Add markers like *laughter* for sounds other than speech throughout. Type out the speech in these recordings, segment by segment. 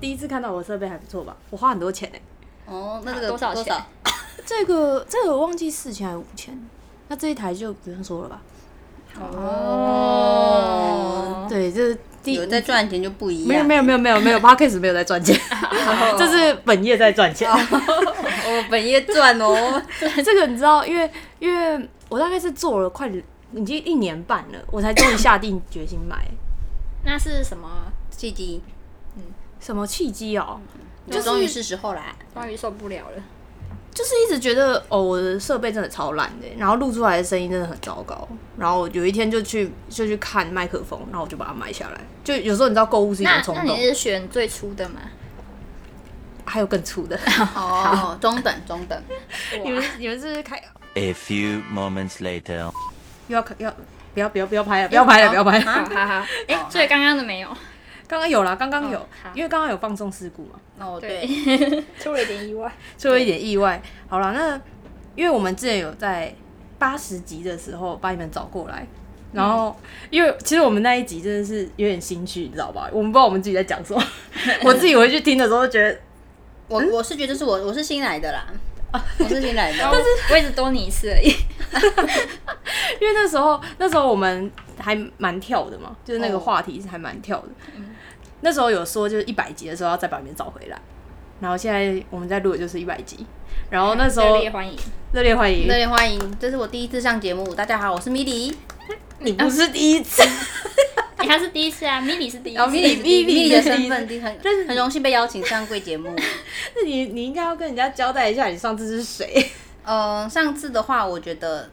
一次看到我的设备还不错吧？我花很多钱哎、哦，那这啊个多少钱这个这个我忘记四千还是五千，那这一台就不用说了吧？哦，对，这是第有在赚钱就不一样。没有没有，有没有没有没 *laughs* 有 p o d c a s 没有在赚钱，这是本业在赚钱。我本业赚哦。 *laughs* *laughs* 这个你知道，因为因为我大概是做了快已经一年半了，我才终于下定决心买。那是什么？弟弟，什么契机哦？就终于是时候啦。终于受不了了。就是一直觉得哦，我的设备真的超烂的，然后录出来的声音真的很糟糕。然后有一天就去就去看麦克风，然后我就把它买下来。就有时候你知道购物是一那种冲那动你，是选最初的 *laughs* 吗？还有更粗 *laughs* 的。哦，中等中等，你们你们是开 A few moments later. 又要开要不要不要不要拍 *laughs* 了不要啊拍了不要拍好了。好好，哎、所以刚刚的没有，刚刚有啦，刚刚有哦好，因为刚刚有放送事故嘛。哦对对，， *laughs* 出了一点意外。出了一点意外。好了，那因为我们之前有在八十集的时候把你们找过来，然后、嗯因为其实我们那一集真的是有点心虚，你知道吧？我们不知道我们自己在讲什 *laughs* 么，我自己回去听的时候觉得，我嗯我是觉得是我我是新来的啦，哦我是新来但是的，我也只多你一次而 *laughs* 已。因为那时候那时候我们还蛮跳的嘛，就是那个哦话题是还蛮跳的。哦那时候有说就是一百集的时候要再把你们找回来，然后现在我们在录的就是一百集，然后那时候热烈欢迎，热烈欢迎热，烈欢迎，这是我第一次上节目，大家好，我是米莉。你不是第一次。哎他是第一次啊，米莉是第一次。哦米莉 *laughs* 米莉的是第一次身 *laughs* 份低很很荣幸被邀请上贵节目。那你你应该要跟人家交代一下，你上次是谁， *laughs* 呃，上次的话，我觉得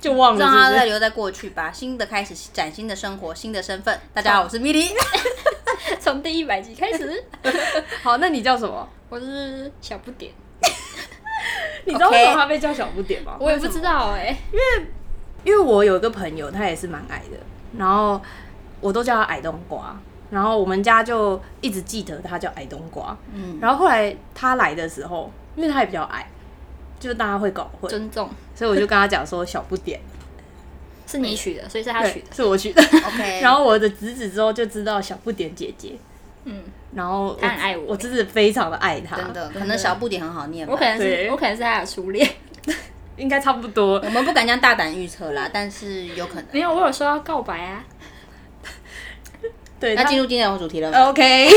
就忘让了它是再不是？留在过去吧。新的开始，崭新的生活，新的身份。大家好，我是米莉。 *laughs* 从第一百集开始，好，那你叫什么？ *laughs* 我是小不点，你知道为什么他被叫小不点吗？我也不知道哎、因为我有一个朋友，他也是蛮矮的，然后我都叫他矮冬瓜，然后我们家就一直记得他叫矮冬瓜。嗯，然后后来他来的时候，因为他也比较矮，就大家会搞混，尊重所以我就跟他讲说小不点，是你取的，所以是他取对的，。是我取的。 *laughs* OK，然后我的侄子之后就知道小不点姐姐，嗯，然后他很爱我我，我侄子非常的爱他，真的，可能小不点很好念吧。我可能是对我可能是他的初恋。应该差不多我。们不敢这样大胆预测啦，但是有可能。没有，我有说要告白啊。对，那他呃进入今天的主题了呃吗？ OK，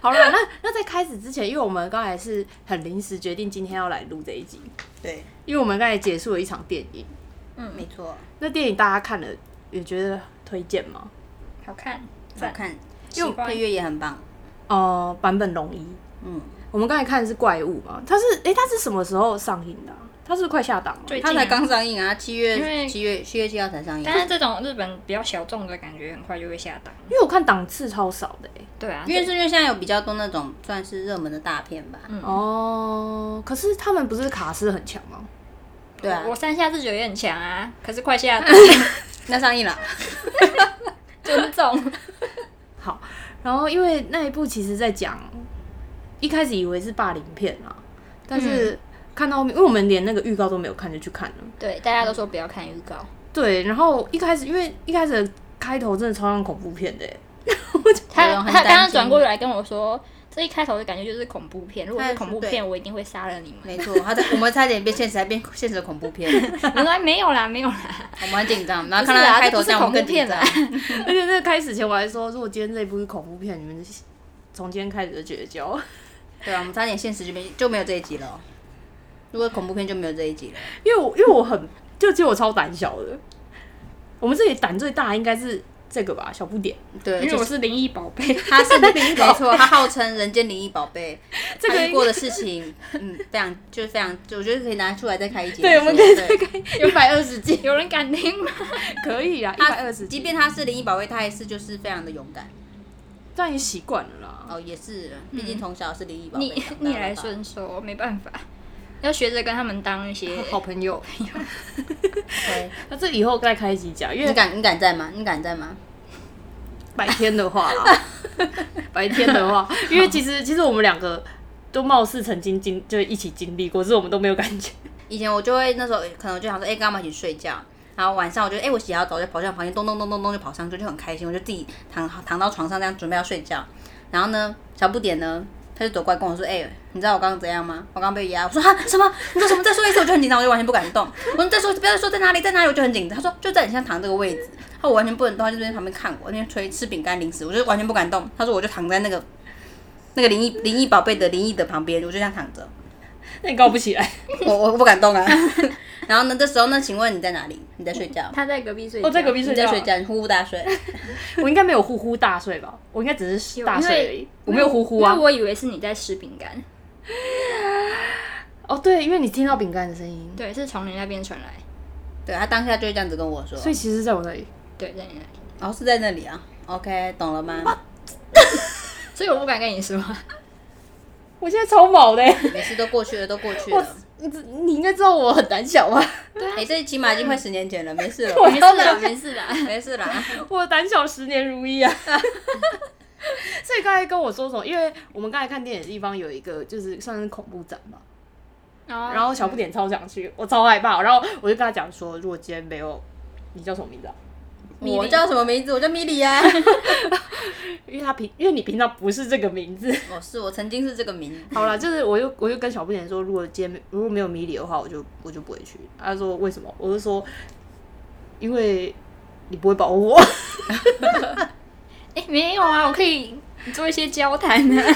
好了，那那在开始之前，因为我们刚才是很临时决定今天要来录这一集，对，因为我们刚才结束了一场电影，没错，那电影大家看了也觉得推荐吗？好看，好赞。看，喜欢配乐也很棒。哦、版本龙一，嗯，我们刚才看的是怪物嘛，它是诶，它是什么时候上映的啊、它是不是快下档了？最近它才啊刚上映啊，七因月为七月七月七号才上映。但是这种日本比较小众的感觉，很快就会下档。因为我看档次超少的欸诶。对啊，因为是因为现在有比较多那种算是热门的大片吧。嗯哦，可是他们不是卡斯很强吗？对啊我，三下自觉也很强啊，可是快下档，那上映了。尊重。好，然后因为那一部其实在讲，一开始以为是霸凌片啊，但是看到后面，因为我们连那个预告都没有看就去看了。对，大家都说不要看预告，对，然后一开始因为一开始的开头真的超像恐怖片的欸，对他我很他担心刚刚转过来跟我说，这一开头的感觉就是恐怖片，如果是恐怖对片，我一定会杀了你 *laughs* 们。没错，他在我们差点变现实，还变现实恐怖片，我说哎没有啦，没有 *laughs* 啦，我们很紧张。然后不看是到啦他开头这样，这我不们是更紧张恐。而且那开始前我还说，如果今天这一部是恐怖片，你们就从今天开始就绝交，对啊，我们差点现实就没就没有这一集了哦。如果恐怖片就没有这一集了。因为我因为我很就其实我超胆小的，我们这里胆最大应该是这个吧，小不点，对，因为就我是是灵异宝贝，他是没错，他号称人间灵异宝贝，这个他遇应过的事情，嗯，非常就是非常，就我觉得可以拿出来再开一集来对，说。我们可以再对开一百二十集， *laughs* 有人敢听 *laughs* 吗？可以啊，一百他二十即集，便他是灵异宝贝，他还是就是非常的勇敢。但也习惯了啦。哦，也是，毕嗯竟从小是灵异宝贝逆长大的逆来吧顺受，没办法，哦要学着跟他们当一些好朋友，对那这以后再开一集讲，因你为敢你敢在吗？你敢在吗？白天的话 *laughs* 啦，白天的话，因为其实其实我们两个都貌似曾经经就一起经历过，只是我们都没有感觉。以前我就会那时候可能我就想说，哎、跟他们一起睡觉，然后晚上我就哎、我洗好澡就跑向房间，咚咚咚咚咚就跑上去，就很开心，我就自己躺躺到床上这样准备要睡觉，然后呢，小不点呢，他就走过来跟我说：“哎、你知道我刚刚怎样吗？我刚刚被压。”我说：“哈什么？你说什么？再说一次，我就很紧张，我就完全不敢动。我说：“你再说，不要再说在哪里，在哪里，我就很紧张。”他说：“就在你现在躺这个位置。”他说：“我完全不能动，他就在旁边看我，那边吹吃饼干零食，我就完全不敢动。”他说：“我就躺在那个那个灵异灵异宝贝的灵异的旁边，我就这样躺着，那你搞不起来， *laughs* 我我不敢动啊。”然后呢，这时候呢，请问你在哪里？你在睡 *laughs* 觉？他在隔壁睡觉，我在隔壁你睡在觉，睡觉，你呼呼大睡。 *laughs* 我应该没有呼呼大睡吧？我应该只是有大因睡为而已，我没有呼呼因啊为。我以为是你在吃饼干，哦，对，因为你听到饼干的声音，对，是从你那边传来，对他当下就会这样子跟我说，所以其实在我那里，对，在你那里，然后、是在那里啊。OK，懂了吗？所以我不敢跟你说。我现在超毛的耶。欸 *laughs* 每次都过去了，都过去我了。，你你应该知道我很胆小吧？哎、这起码已经快十年前了，没事了，我没事啦， *laughs* 没事啦。没事啦。我胆小十年如一啊。 *laughs* 所以刚才跟我说什么？因为我们刚才看电影的地方有一个就是算是恐怖展吧，然然后小不点超想去，我超害怕，然后我就跟他讲说，如果今天没有，你叫什么名字啊？米莉我叫什么名字？我叫米莉 *laughs* 呀、因为他平，因为你平常不是这个名字。 *laughs* 我哦是我曾经是这个名字。好啦，就是我就我就跟小不点说，如果今天如果没有米里的话，我就我就不会去。他说为什么？我就说，因为你不会保护我。哎、没有啊，我可以做一些交谈啊。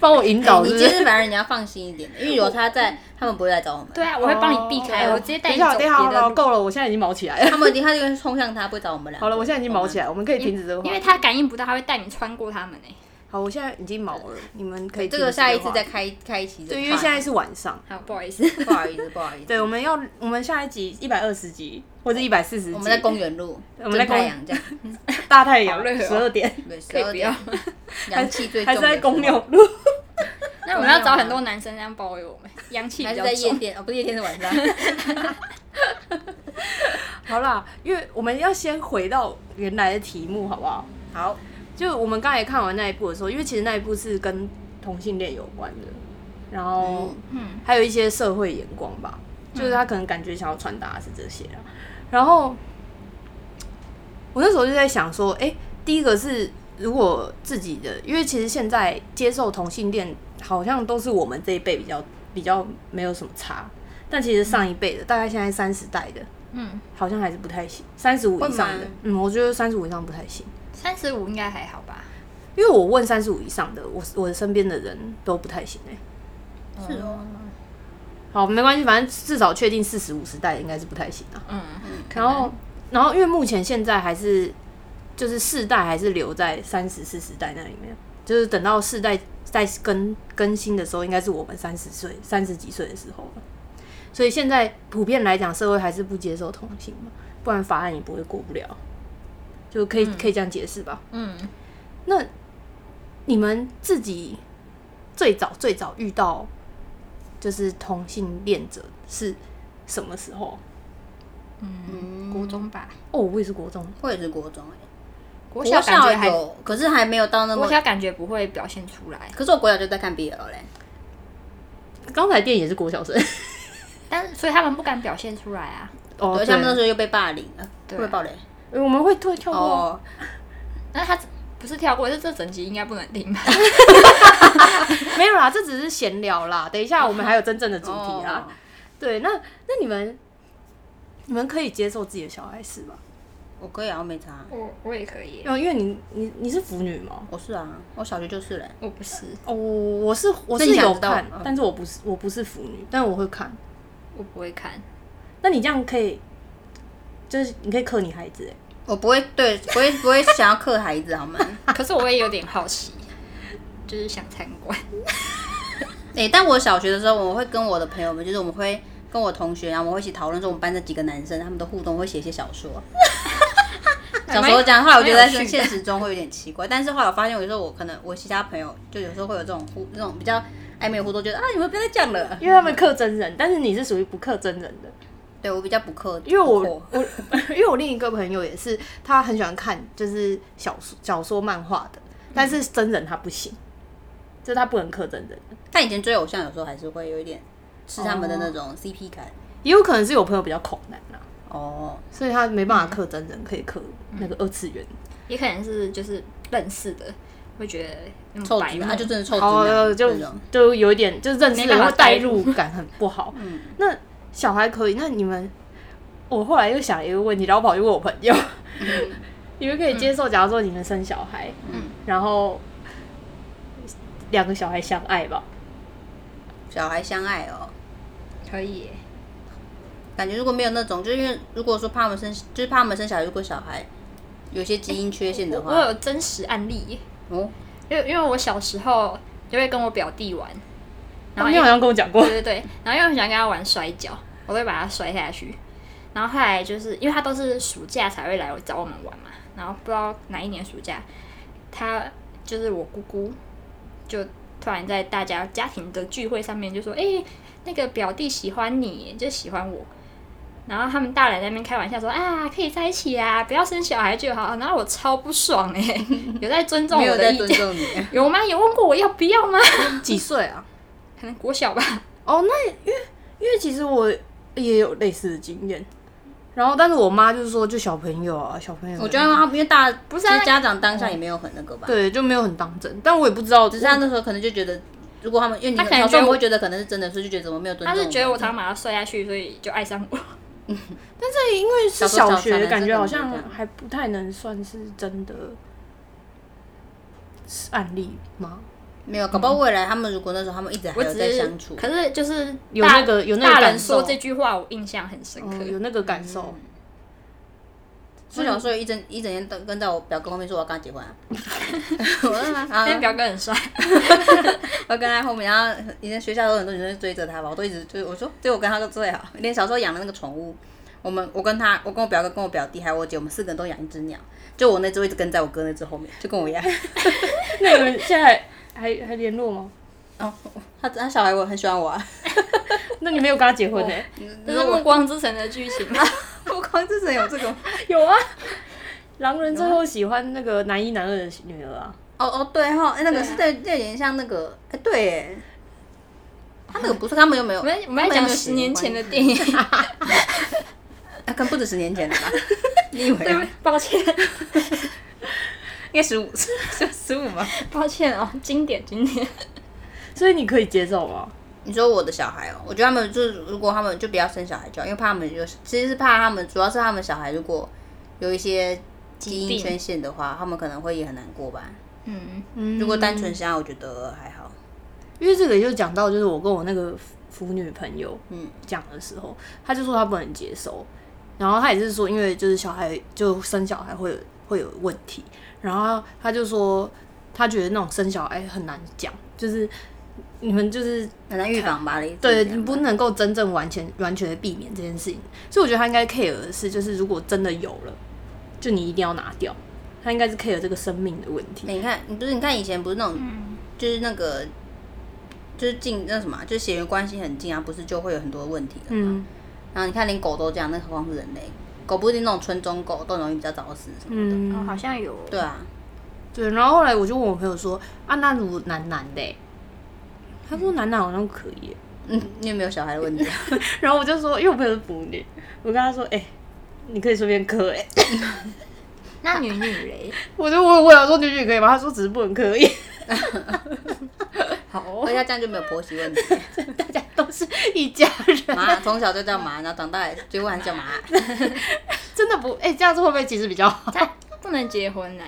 帮我引哎导你是不今是天反而你要放心一点，因为有他在，他们不会来找我们。 *laughs* *laughs* 对啊，我会帮你避开，哦我直接带等你一下，等走别一下，好了，的。够了，我现在已经毛起来了。他们已经，他就会冲向他，不会找我们俩。好了，我现在已经毛起来。来，我们可以停止这个话因为他感应不到，他会带你穿过他们呢、好，我现在已经毛了，你们可以对，这停个止下一话次再开开一期这个话题。对，因为现在是晚上。好，不好意思，不好意思，不好意思。对，我们要我们下一集一百二十集或者一百四十集，我们在公园路，我们在正公太阳这 *laughs* 样，大太阳好热哦十二点，对，十可以二不要点吗。 *laughs* 阳气最重还的是时候。在公牛路， *laughs* 那我们要找很多男生这样包围我们，阳气还是比较在夜重。店？哦，不是夜店是 *laughs* 晚上。好啦，因为我们要先回到原来的题目，好不好？好，就我们刚才看完那一部的时候，因为其实那一部是跟同性恋有关的，然后嗯，还有一些社会眼光吧，就是他可能感觉想要传达的是这些啦。然后我那时候就在想说，哎、第一个是如果自己的，因为其实现在接受同性恋好像都是我们这一辈比较比较没有什么差，但其实上一辈的，大概现在三十代的，嗯，好像还是不太行，三十五以上会的吗，嗯，我觉得三十五以上不太行。三十五应该还好吧？因为我问三十五以上的，我我身边的人都不太行哎、是哦。好，没关系，反正至少确定四十五十代应该是不太行啊。嗯，然后，然后因为目前现在还是就是世代还是留在三十四十代那里面，就是等到世代在更更新的时候，应该是我们三十岁三十几岁的时候了。所以现在普遍来讲，社会还是不接受同性嘛，不然法案也不会过不了，就可以、可以这样解释吧。嗯，那你们自己最早最早遇到就是同性恋者是什么时候？嗯国中吧，哦，我也是国中，或者是国中、欸，国小感觉还，有，可是还没有到那么国。小感觉不会表现出来，可是我国小就在看 BL 嘞，刚才店也是国小生。但是所以他们不敢表现出来啊。哦而且他们那时候又被霸凌了，对会被暴雷候我们会退跳过。哦。那他不是跳过，是这整集应该不能听吧？没有啦，这只是闲聊啦。等一下我们还有真正的主题啦。啊哦对，那那你们你们可以接受自己的小孩是吧？我可以啊，我没查， *laughs* 我我也可以，因为因为你你你是腐女吗？我是啊，我小学就是嘞。我不是，哦，我是我那是你想有知道看嗯，但是我不是我不是腐女，但我会看。我不会看。那你这样可以，就是你可以克你孩子哎、我不会对，不会不会想要克孩子好吗？ *laughs* *laughs* 可是我也有点好奇，就是想参观。哎、但我小学的时候，我会跟我的朋友们，就是我们会跟我同学，然后啊我们会一起讨论说我们班这几个男生他们的互动，会写一些小说。 *laughs* 哎小时候这样，后来我觉得在现实中会有点奇怪，但是后来我发现，有时候我可能我其他朋友就有时候会有这种互这种比较暧昧互动，觉得啊你们不要再讲了。因为他们克真人，但是你是属于不克真人的。对我比较不克，因为我不克我 *laughs* 因为我另一个朋友也是，他很喜欢看就是小说、小说、漫画嗯的，但是真人他不行，就是他不能克真人。但以前追偶像有时候还是会有一点吃他们的那种 CP 感。也有可能是有朋友比较恐男啊，哦，所以他嗯没办法克真人，可以克那个二次元。也可能是就是认识的，会觉得那臭么白直啊目，男，他就真的臭直好男了，哦就那种就有一点，就是认识没办人法会代代入入感很不好。嗯那小孩可以，那你们，我后来又想了一个问题，然后跑去问我朋友， *laughs* 你们可以接受，假如说你们生小孩，嗯然后两个小孩相爱吧？小孩相爱哦。可以耶，感觉如果没有那种，就是因为如果说怕我们生，就是怕我们生小孩，如果小孩有些基因缺陷的我话，我有真实案例耶，哦，因为因哎为我小时候就会跟我表弟玩，然后哎你因好为像跟我讲过对，对对，然后因为很喜欢跟他玩摔跤，我都会把他摔下去。然后后来就是因为他都是暑假才会来我找我们玩嘛，然后不知道哪一年暑假，他就是我姑姑，就突然在大家家庭的聚会上面就说：“哎、那个表弟喜欢你，就喜欢我。”然后他们大人在那边开玩笑说：“啊，可以在一起啊，不要生小孩就好。”然后我超不爽哎、有在尊重没我有的在意 *laughs* 尊见？重你， *laughs* 有吗？有问过我要不要吗？几岁啊？可能国小吧。 *laughs* 哦，那因为因为其实我也有类似的经验，然后但是我妈就是说，就小朋友啊，小朋友，我觉得他因为大不是啊那家长当下也没有很那个吧，，对就没有很当真，但我也不知道，只只是他那时候可能就觉得，如果他们因为你他可能小时觉候得我我会觉得可能是真的，所以就觉得怎么没有尊重，他是觉得我常常把他摔下去，所以就爱上我。因为是小时小候小男学，生感觉好可能会像这样还不太能算是真的案例吗？没有，搞不好未来他们如果那时候他们一直还我有只在是相处，可是就是有大那个有那个大人感受说这句话，我印象很深刻。嗯，有那个感受。我小时候一整一整天都跟在我表哥后面说我要跟他结婚啊， *laughs* 我 *laughs* 说啊但表哥很帅，我跟在后面，然后以前学校有很多女生就追着他吧，我都一直就是我说，对我跟他都最好，连小时候养的那个宠物，我们我跟他，我跟我表哥、跟我表弟还有我姐，我们四个人都养一只鸟，就我那只会一直跟在我哥那只后面，就跟我一样。 *laughs* 那你们现在还还联络 *laughs* 吗？哦，他他小孩我很喜欢我啊，那你没有跟他结婚呢、 *laughs* 这是《暮光之城》的剧情吗？ *laughs* 我光之前有这个，有啊，狼人最后喜欢那个男一男二的女儿啊。哦哦对哈、哎那个是对，有点像那个，哎、对耶，他那个不是他们有没有？我们我们在讲十年前的电影，啊，可能不止十年前了吧？你以为对不啊、起， *laughs* 抱歉，应该十五十五吗？抱歉哦，经典经典。所以你可以接受吗？你说我的小孩哦、我觉得他们就是，如果他们就不要生小孩就好，因为怕他们有，其实是怕他们，主要是他们小孩如果有一些基因疾病缺陷的话，他们可能会也很难过吧。嗯，嗯如果单纯相爱，我觉得还好。因为这个也就讲到，就是我跟我那个腐女朋友，嗯嗯，讲的时候，她就说她不能接受，然后她也是说，因为就是小孩就生小孩会有会有问题，然后她就说她觉得那种生小孩很难讲，就是你们就是很难预防吧？你对你嗯不能够真正完全完全的避免这件事情，所以我觉得她应该 care 的是，就是如果真的有了，就你一定要拿掉，她应该是 care 这个生命的问题。你看，你不是你看以前不是那种，嗯就是那个，就是近那什么啊，就是血缘关系很近啊，不是就会有很多问题了吗？嗯然后你看连狗都这样，那何况是人类？狗不一定那种纯种狗都容易比较早死什么的。嗯，哦，好像有。对啊，对，然后后来我就问我朋友说：“啊，那如果男男的欸、他说：“男男好像可以欸、 *laughs* 嗯，你有没有小孩的问题啊？然后我就说：“因为我朋友是腐女，我跟他说：‘哎、你可以顺便磕哎、 *laughs* 那女女嘞？我就我我想说女女可以吗？他说：“只是不能可以。好 *laughs* 哦回家这样就没有婆媳问题。’ *laughs* 大家都是一家人，麻，从小就 *laughs* 叫麻，然后长大也最后还叫麻。真的不哎、这样子会不会其实比较好？他不能结婚嘞，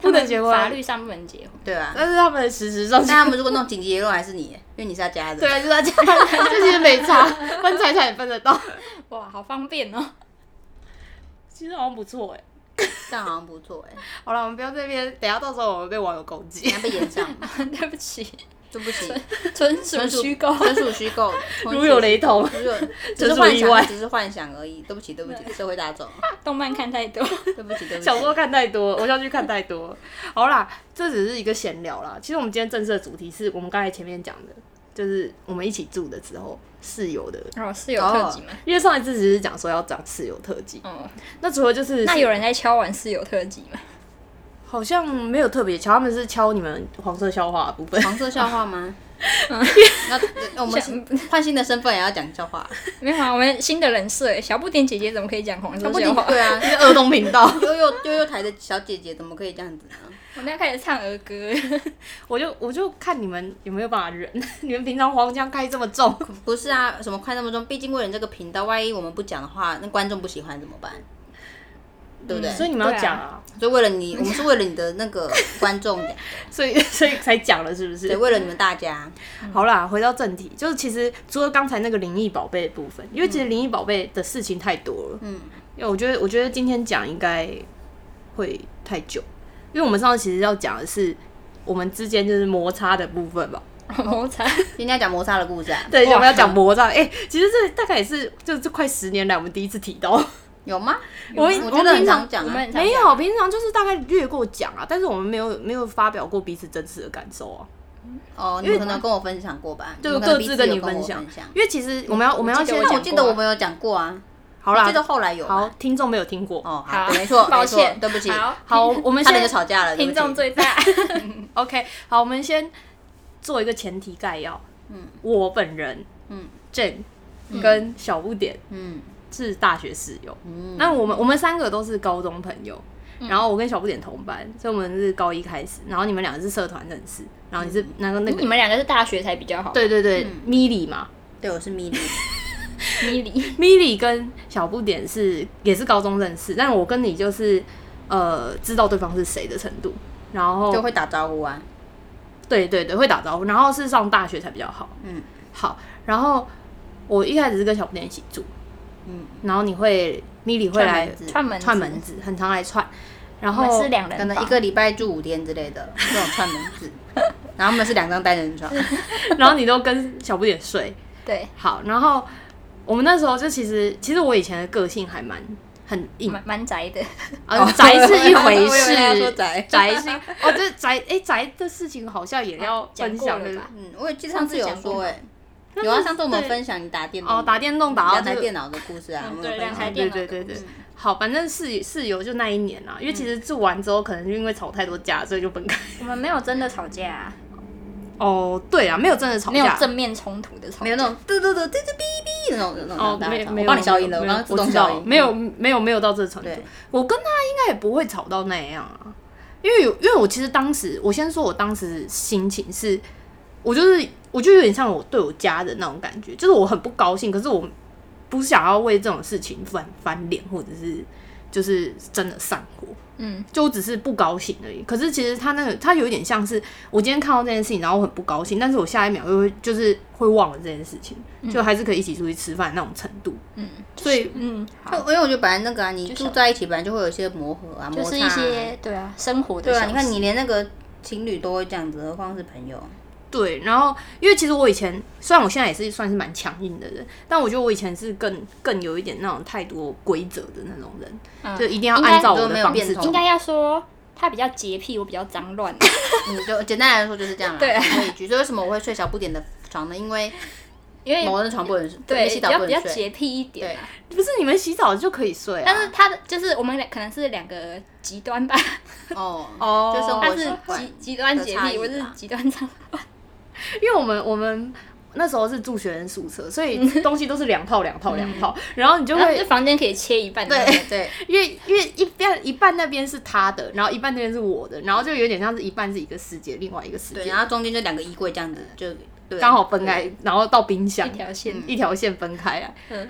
不能结婚法律上不能结婚。对啊。 *laughs* 但是他们实质上是但他们如果弄紧急联络还是你，因为你是他家人。对，啊就是他家人， *laughs* 这其实没差，分财产也分得到，哇，好方便哦。 *laughs* 其实好像不错哎、这样好像不错哎、好了，我们不要这边，等一下到时候我们被网友攻击你。还被延上， *laughs* 对不起， *laughs* 对不起，纯属虚 *laughs* 构。纯属虚构，纯属 *laughs* 如有雷同如有只纯是属幻意外想，只是幻想而已。对不起，对不起，社会大众，动漫看太多， *laughs* 对不起，对不起。小说看太多，我要去看太多。好啦，这只是一个闲聊啦。其实我们今天正式的主题是我们刚才前面讲的，就是我们一起住的时候室友的。哦，是有特辑吗？因为上一次只是讲说要讲室友特辑，哦，那除了就是那有人在敲完室友特辑吗？好像没有特别敲，他们是敲你们黄色笑话的部 *laughs* 分。黄色笑话吗？嗯那那我们是换新的身份也要讲笑话， *laughs* 没有啊，我们新的人设耶，小不点姐姐怎么可以讲黄色不笑仅 *laughs* 话？对啊，儿童频道，悠悠悠悠台的小姐姐怎么可以这样子呢？我那开始唱儿 *laughs* 歌，我就我就看你们有没有办法忍， *laughs* 你们平常黄腔开这么重，不是啊，什么快那么重，毕竟为了你这个频道，万一我们不讲的话，那观众不喜欢怎么办？对不对？所以你们要对啊讲啊，就为了你，我们是为了你的那个观众 *laughs* 讲，啊所以 *laughs* 所以才讲了，是不是对，？为了你们大家，好啦，回到正题，就是其实除了刚才那个灵异宝贝的部分，因为其实灵异宝贝的事情太多了，嗯，因为我觉得我觉得今天讲应该会太久，因为我们上次其实要讲的是我们之间就是摩擦的部分吧。我才今天要讲摩擦的故事啊，对，我们要讲摩擦。哎、其实这大概也是就这快十年来我们第一次提到，有吗？我们我我觉们得平很常常讲我啊们，没有，平常就是大概略过讲啊，但是我们没有没有发表过彼此真实的感受啊，哦，你们可能跟我分享过吧，就你们可能各彼自此跟有你跟分我享分享。。因为其实我们要我们要记先得我那讲我记得过啊我们有讲过啊，好我啦记，得后来有吧好，听众没有听过。哦，好好，没错，抱没错歉对不起，好 *laughs* 好，我们差点先就吵架了，对不听起众 *laughs* 最大， OK，好，我们先做一个前提概要。嗯，我本人，嗯嗯，Jane 跟小不点嗯是大学室友。嗯，那我们我们三个都是高中朋友，然后我跟小不点同班，所以我们是高一开始。然后你们两个是社团认识，然后你是嗯那个那个你们两个是大学才比较好。，对对对、米 m 嘛对我是米莉，米莉 Milly 跟小不点是也是高中认识，但我跟你就是呃知道对方是谁的程度，然后就会打招呼啊，对对对，会打招呼，然后是上大学才比较好。嗯好，然后我一开始是跟小不点一起住，嗯，然后你会米莉会串来门子串门串门，子，很常来串，然我们后是两人哦可房，能一个礼拜住五天之类的这种串门子，然后我们是两张单人床， *laughs* 然后你都跟小不点睡。对，好，然后我们那时候就其实其实我以前的个性还蛮很嗯硬，蛮哦蛮宅的。啊，宅是一回 *laughs* 我以为他说事，宅宅是哦，这宅哎宅的事情好像也要讲分过享了对不吧嗯，我也记得上次有说哎、有啊，上次我们分享你打电对动哦打电动打到两台这个电脑的故事啊，我们有对分两享台对电脑对的对故对事，好，反正室室友就那一年啦，因为其实住完之后，可能就因为吵太多架，所以就分开。我们没有真的吵架啊，哦，对啊，没有真的吵没有架，正面冲突的吵架，没有那种嘟嘟嘟嘟嘟哔哔那种那种哦，那没种大没我有，帮你消音了，没我有刚刚自我动知消道音，没有没有没有到这程度对。我跟他应该也不会吵到那样啊，因为有因为我其实当时，我先说我当时心情是，我就是我就有点像我对我家人那种感觉，就是我很不高兴，可是我不想要为这种事情翻翻脸，或者是就是真的散伙。嗯，就我只是不高兴而已。可是其实他那个他有一点像是我今天看到这件事情，然后我很不高兴，但是我下一秒又会就是会忘了这件事情，就还是可以一起出去吃饭那种程度。嗯，所以嗯，就因为我觉得本来那个啊，你就住小在一起本来就会有一些磨合啊，就摩擦是啊一些对啊生活的对小啊，事。你看你连那个情侣都会这样子，何况是朋友？对，然后因为其实我以前虽然我现在也是算是蛮强硬的人，但我觉得我以前是更更有一点那种太多规则的那种人，嗯就一定要应该按照你我都的没有方变式通走应。该要说他比较洁癖，我比较 *laughs* 脏乱。你就简单来说就是这样啦。对啊所以举所以为什么我会睡小不点的床呢？因为因为某人的床不能睡，因对为洗比澡较不比较能睡。洁癖一点、啊，不是你们洗澡就可以睡、啊，但是他的就是我们俩可能是两个极端吧，哦哦就生他活是习极惯。极端洁的差异癖，吧我是极端脏乱。因为我们我们那时候是住学生宿舍，所 *laughs* 以东西都是两套两套嗯两套，然后你就然后这会房间可以切一半，对，对，因为因为一半一半那边是他的，然后一半那边是我的，然后就有点像是一半是一个世界，另外一个世对，界然后中间就两个衣柜这样子，就对，刚好分开，然后到冰箱一条线。一条线分开来。嗯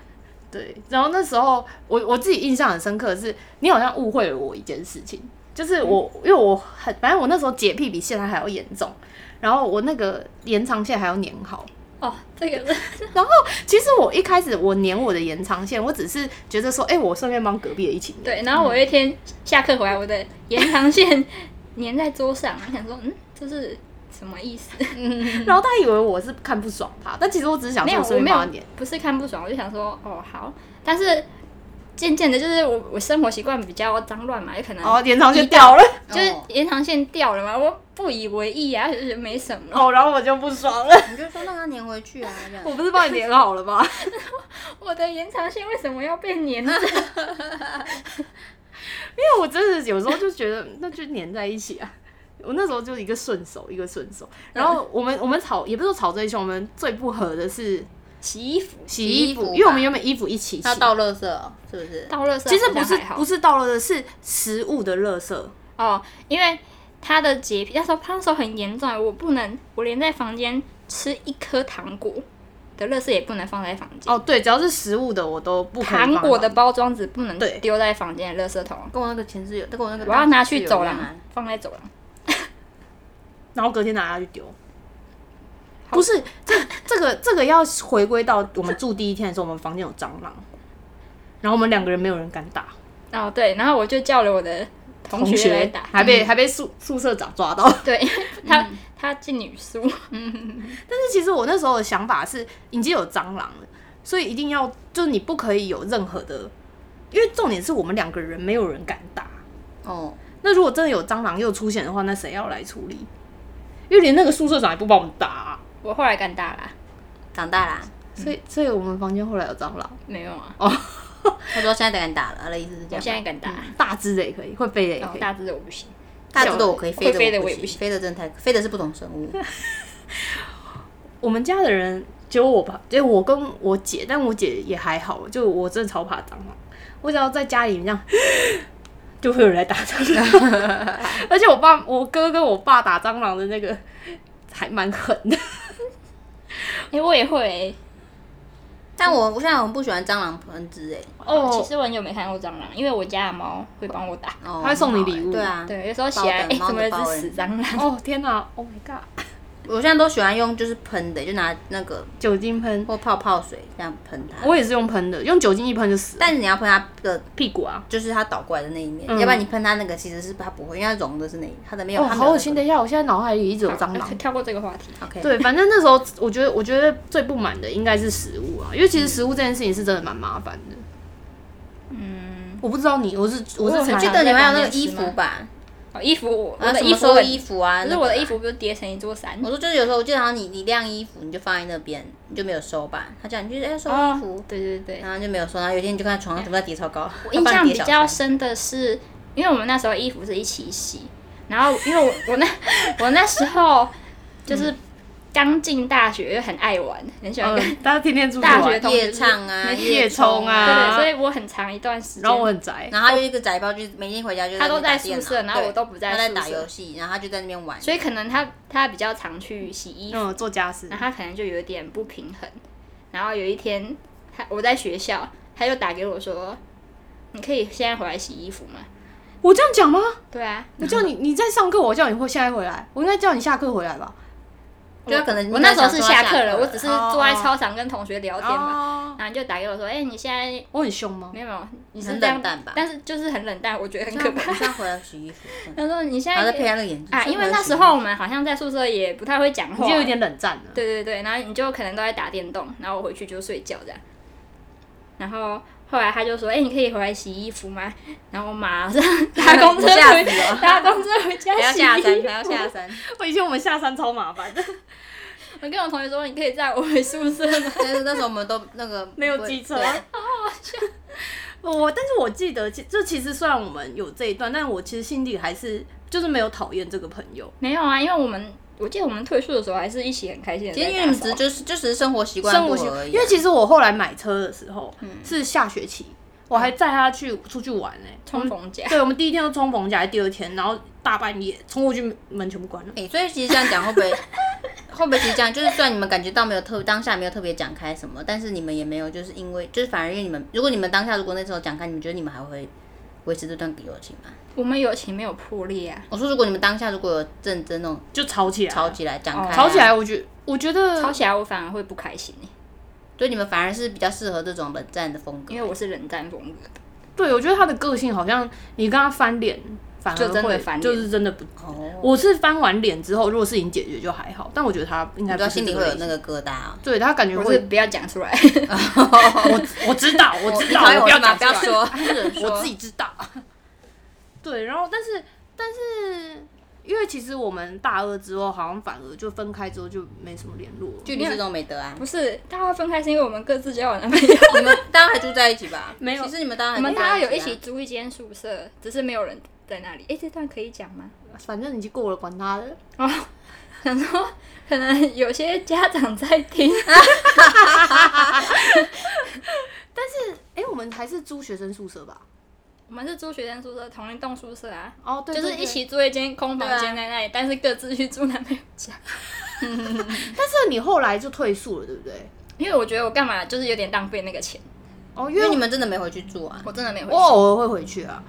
对，然后那时候我我自己印象很深刻的是，你好像误会了我一件事情，就是我、因为我很反正我那时候洁癖比现在还要严重，然后我那个延长线还要粘好，哦，这个是然后其实我一开始我粘我的延长线，我只是觉得说，哎、我顺便帮隔壁的一起 *laughs* 粘。对。然后我有一天下课回来，我的延长线 *laughs* 粘在桌上，我想说，嗯，这是什么意思？然后他以为我是看不爽他，但其实我只是想没说有，我我顺没便有帮他粘。，不是看不爽，我就想说，哦，好。但是渐渐的，就是我我生活习惯比较脏乱嘛，有可能哦，延长线掉了，就是哦延长线掉了嘛，我不以为意啊，就觉得没什么。哦，然后我就不爽了。你就说让它粘回去啊，这样。 *laughs* 我不是帮你粘好了吗？我的延长线为什么要被粘着？因为我真的有时候就觉得， *laughs* 那就粘在一起啊。我那时候就一个顺手，一个顺手。然后我们我们吵，也不是说吵最凶，我们最不合的是洗衣服洗洗衣衣服，服因为我们吧原本衣服一起洗它，倒垃圾哦，是不是？倒垃圾，其实不是不是是到了的是食物的垃圾。哦，因为他的洁癖，那时候他那时候很严重，啊我不能，我连在房间吃一颗糖果的乐事也不能放在房间。哦，对，只要是食物的我都不可以糖放果的到包装纸不能对丢在房间的垃圾桶，跟我那个前室友，跟我那个我要拿去室友走一样廊啊，放在走廊。然后隔天拿下去丢。不是，这这个这个要回归到我们住第一天的时候，我们房间有蟑螂，然后我们两个人没有人敢打，哦，对，然后我就叫了我的同学来打，还被、还被宿宿舍长抓到。但对， *laughs* 因为他、他进女宿，是其实我那时候的想法是，已经有蟑螂了，所以一定要就是你不可以有任何的，因为重点是我们两个人没有人敢打。哦，那如果真的有蟑螂又出现的话，那谁要来处理？因为连那个宿舍长也不帮我们打啊、我后来敢打啦，长大啦，所以所以我们房间后来有蟑螂没有啊，哦，他说现在敢打了，他的意思是这我样。现在敢打，大只的也可以，会飞的也然可后以。大致的我不行。哦大只的我可以，飞会的飞的我我也不行飞的真的太，飞的是不同生物。我们家的人只有我吧，就我跟我姐，但我姐也还好，就我真的超怕蟑螂，我只要在家里这样， *laughs* 就会有人来打蟑螂， *laughs* 而且我爸、我哥跟我爸打蟑螂的那个还蛮狠的，哎、我也会欸、但我我现在很不喜欢蟑螂喷汁哎，哦其实我很久没看过蟑螂，因为我家的猫会帮我打。哦他会送你礼物对啊，对，有时候起来，哎、包的怎么有猫的包只死蟑螂？哦天哪，Oh my god，我现在都喜欢用就是喷的，就拿那个酒精喷，或泡泡水这样喷它。我也是用喷的，用酒精一喷就死了，但你要喷它的，屁股啊，就是它倒过来的那一面，嗯要不然你喷它那个其实是它不会，因为它融的是那一它的没有。哦它没有好恶心，那等个。一下，我现在脑海里一直有蟑螂好。 *laughs* 跳过这个话题。哦 *laughs* OK，对，反正那时候我觉得，我觉得最不满的应该是食物啊，因为其实食物这件事情是真的蛮麻烦的。嗯，我不知道你，我是我我是有查记得你们还有那个衣服吧？哦，衣服我我啊，的什衣么服收很，衣服啊？可那是个我的衣啊服不是叠成一座山我？说就是有时候我记得好像你你晾衣服，你就放在那边，你就没有收吧？他叫你去哎、收衣服，哦啊对对对。然后就没有收，然后有一天你就看到床上全部在叠超高，我印他象帮你比叠小较床深的是，因为我们那时候衣服是一起洗，然后因为我我那 *laughs* 我那时候就是刚进大学，又很爱玩，很喜欢跟、嗯，大家天天出去大玩学同夜唱啊，没夜夜冲啊对对，所以我很长一段时间然后我很宅，然后他就一个宅包，就是每天回家就他都在那在边打宿舍电脑然后我对都不在他在宿打舍游戏，然后他就在那边玩。所以可能他他比较常去洗衣服，嗯，做家事然，后他可能就有点不平衡。然后有一天，他我在学校，他就打给我说：“你可以现在回来洗衣服吗我这样讲吗？？”对啊，我叫你你在上课，我叫你会现在回来，我应该叫你下课回来吧？就他可能我那时候是下下课了，我只是坐在哦哦操场跟同学聊天吧。哦，然后就打给我说：“哎、你现在我很凶吗没？有没有，你是很这样冷淡吧但是就是很冷淡，我觉得很那可我们怕。上回来洗衣 *laughs* 服，嗯他说：“你现然后在再配他那个眼镜啊，因为那时候我们好像在宿舍也不太会讲已话，经有点冷战了。对对对，然后你就可能都在打电动，然后我回去就睡觉这样。然后后来他就说：‘哎、你可以回来洗衣服吗？’ *laughs* 然后我马上搭公车吓回死了搭公车回家还要洗下山，衣还要服。下山，我以前我们下山超麻烦的， *laughs* 我跟我同学说：‘你可以载我回宿舍 *laughs* *laughs* 吗但是那时候我们都那个没有机机车，好好笑。我但是我记得，其就其实虽然我们有这一段，但我其实心里还是就是没有讨厌这个朋友’。没有啊，因为我们我记得我们退宿的时候还是一起很开心的。其实因为你们只是就是就只是生活习惯生不活合习而已啊，因为其实我后来买车的时候、是下学期，我还载他去出去玩呢、欸。冲锋甲， *laughs* 对，我们第一天就冲逢甲，还是第二天，然后大半夜冲过去，门全部关了。哎、所以其实这样讲会不会 *laughs* 会不会其实这样，就是虽然你们感觉到没有特当下没有特别讲开什么，但是你们也没有就是因为就是反而因为你们如果你们当下如果那时候讲开，你们觉得你们还会维持这段友情吗？我们友情没有破裂啊，我说如果你们当下如果有认真那种就吵起来，吵起来讲开、哦吵起来，，我觉我觉啊得吵起来我反而会不开心、欸、所以你们反而是比较适合这种冷战的风格，因为我是冷战风格的。对，我觉得他的个性好像你跟他翻脸，反而就真的会翻脸就是真的不。哦，我是翻完脸之后，如果事情解决就还好，但我觉得他应你该知不道是心里这会有类那型个疙瘩、哦。对他感觉我是会，不要讲出来， *laughs* 我知 *laughs* 道，我知道，你讨厌我不要是吗讲不要出来说，我自己知 *laughs* 道。对，然后但是但是，因为其实我们大二之后，好像反而就分开之后就没什么联络了。距离是种美德啊不。是大家分开是因为我们各自交往男朋友。你们大家还住在一起吧？没有其实你们当然我们大家有一啊起租一间宿舍，只是没有人在那里。哎、这段可以讲吗？反正已经过了，管他的。哦，想说可能 *laughs* 有些家长在听，哎、我们还是租学生宿舍吧？ *laughs* 我们是住学生宿舍，同一栋宿舍啊，哦，对，就是对一。起住一间空对房啊间在那里，但是各自去住男朋友家。 *laughs* 对但是你后来就退宿了，对不对？因为我觉得我干嘛就是有点浪费那个钱，哦，因因为为你们真的没回去住啊。我真的没有回我去。偶尔会回去啊。